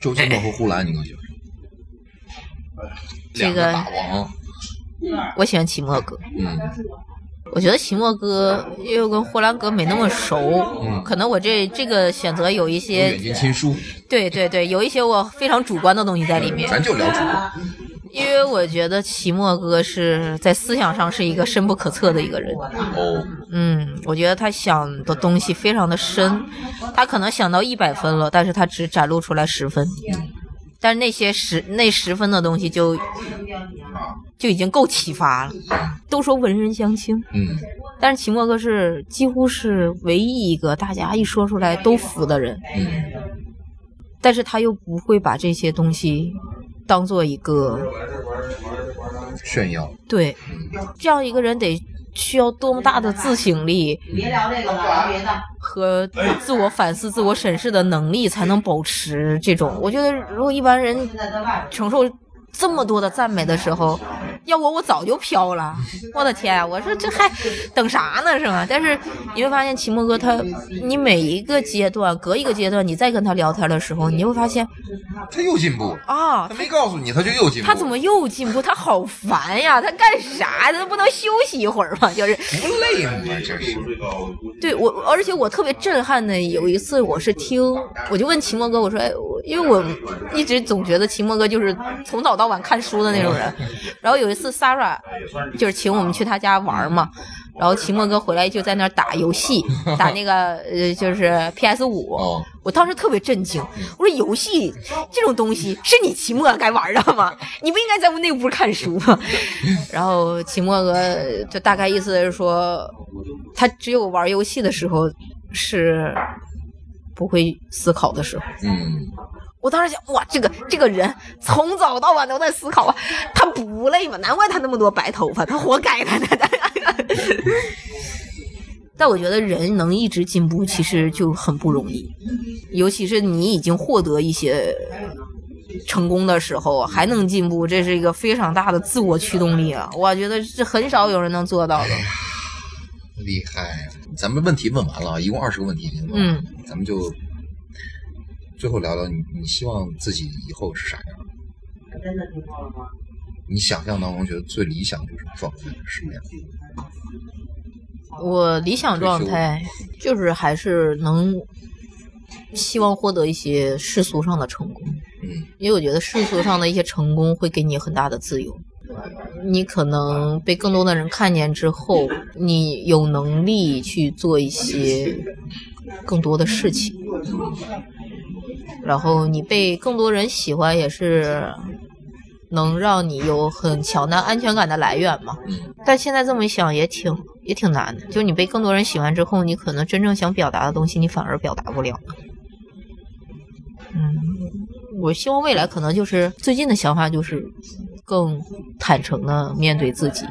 Speaker 3: 周奇墨和呼兰，你更喜欢谁？
Speaker 4: 这
Speaker 3: 两
Speaker 4: 个
Speaker 3: 个大王，
Speaker 4: 我喜欢齐墨哥，
Speaker 3: 嗯，
Speaker 4: 我觉得齐墨哥因为跟霍兰哥没那么熟，可能我这这个选择有一
Speaker 3: 有
Speaker 4: 些
Speaker 3: 远，近亲疏，
Speaker 4: 对对对，有一些我非常主观的东西在里面。
Speaker 3: 咱就聊主播。
Speaker 4: 因为我觉得齐墨哥是在思想上是一个深不可测的一个人，
Speaker 3: 哦，
Speaker 4: 嗯，我觉得他想的东西非常的深，他可能想到一百分了，但是他只展露出来十分，但是那些十那十分的东西就就已经够启发了。都说文人相轻，
Speaker 3: 嗯，
Speaker 4: 但是齐墨哥是几乎是唯一一个大家一说出来都服的人，
Speaker 3: 嗯
Speaker 4: 但是他又不会把这些东西当做一个
Speaker 3: 炫耀，
Speaker 4: 对，这样一个人得需要多么大的自省力
Speaker 5: 别聊这个
Speaker 3: 嗯
Speaker 5: 了，别的。
Speaker 4: 和自我反思、自我审视的能力，才能保持这种。我觉得，如果一般人
Speaker 5: 现在在外
Speaker 4: 承受这么多的赞美的时候，要我我早就飘了。我的天、我说这还等啥呢，是吗？但是你会发现，齐墨哥他，你每一个阶段隔一个阶段，你再跟他聊天的时候，你会发现
Speaker 3: 他又进步了。
Speaker 4: 啊
Speaker 3: 他，没告诉你，他就又进步。
Speaker 4: 他怎么又进步？他好烦呀！他干啥？他不能休息一会儿吗？就是
Speaker 3: 不累吗？这是
Speaker 4: 对我，而且我特别震撼的有一次，我是听，我就问秦墨哥，我说，哎，我因为我一直总觉得秦墨哥就是从早到晚看书的那种人，然后有一次 Sara 就是请我们去他家玩嘛。然后秦墨哥回来就在那儿打游戏，打那个呃，就是 PS 五、
Speaker 3: 哦
Speaker 4: 我当时特别震惊，我说游戏这种东西是你期末该玩的吗？你不应该在那屋看书吗？ <laughs> 然后期末哥就大概意思是说，他只有玩游戏的时候是不会思考的时候。
Speaker 3: 嗯，
Speaker 4: 我当时想，哇，这个这个人从早到晚都在思考啊，他不累吗？难怪他那么多白头发，他活该 <laughs> 他他他。但我觉得人能一直进步，其实就很不容易，尤其是你已经获得一些成功的时候，还能进步，这是一个非常大的自我驱动力啊！我觉得是很少有人能做到的。
Speaker 3: 厉害。咱们问题问完了，一共二十个问题已经问了。
Speaker 4: 嗯，
Speaker 3: 咱们就最后聊聊你，你希望自己以后是啥样？
Speaker 5: 真的听说了吗？
Speaker 3: 你想象当中觉得最理想的一种状态是什么样？
Speaker 4: 我理想状态就是还是能希望获得一些世俗上的成功，
Speaker 3: 嗯
Speaker 4: 因为我觉得世俗上的一些成功会给你很大的自由。你可能被更多的人看见之后，你有能力去做一些更多的事情，然后你被更多人喜欢，也是能让你有很强的安全感的来源嘛。
Speaker 3: 嗯
Speaker 4: 但现在这么一想也挺也挺难的，就是你被更多人喜欢之后，你可能真正想表达的东西，你反而表达不了。嗯，我希望未来可能就是最近的想法就是更坦诚的面对自己，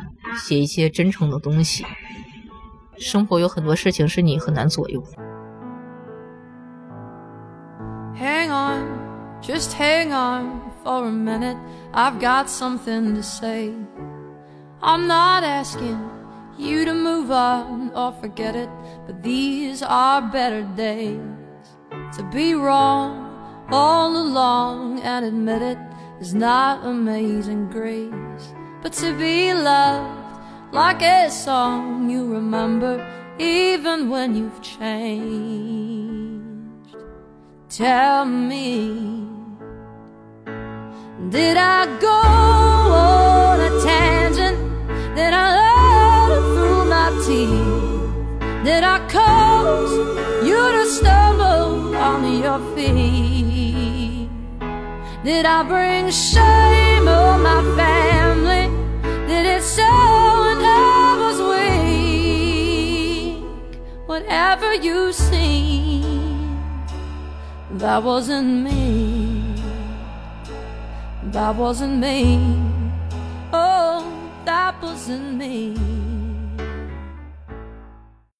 Speaker 4: 写一些真诚的东西。生活有很多事情是你很难左右的。
Speaker 6: Hang on, just hang on for a minute. I've got something to say. I'm not asking you to move on or forget it, but these are better days. To be wrong all along and admit it is not amazing grace, but to be loved like a song you remember even when you've changed. Tell me, did I go on a tangent? Did I let it through my teeth? Did I cause you to stumble on your feet? Did I bring shame on my family? Did it show when I was weak? Whatever you see, that wasn't me. That wasn't me. Oh, that wasn't me.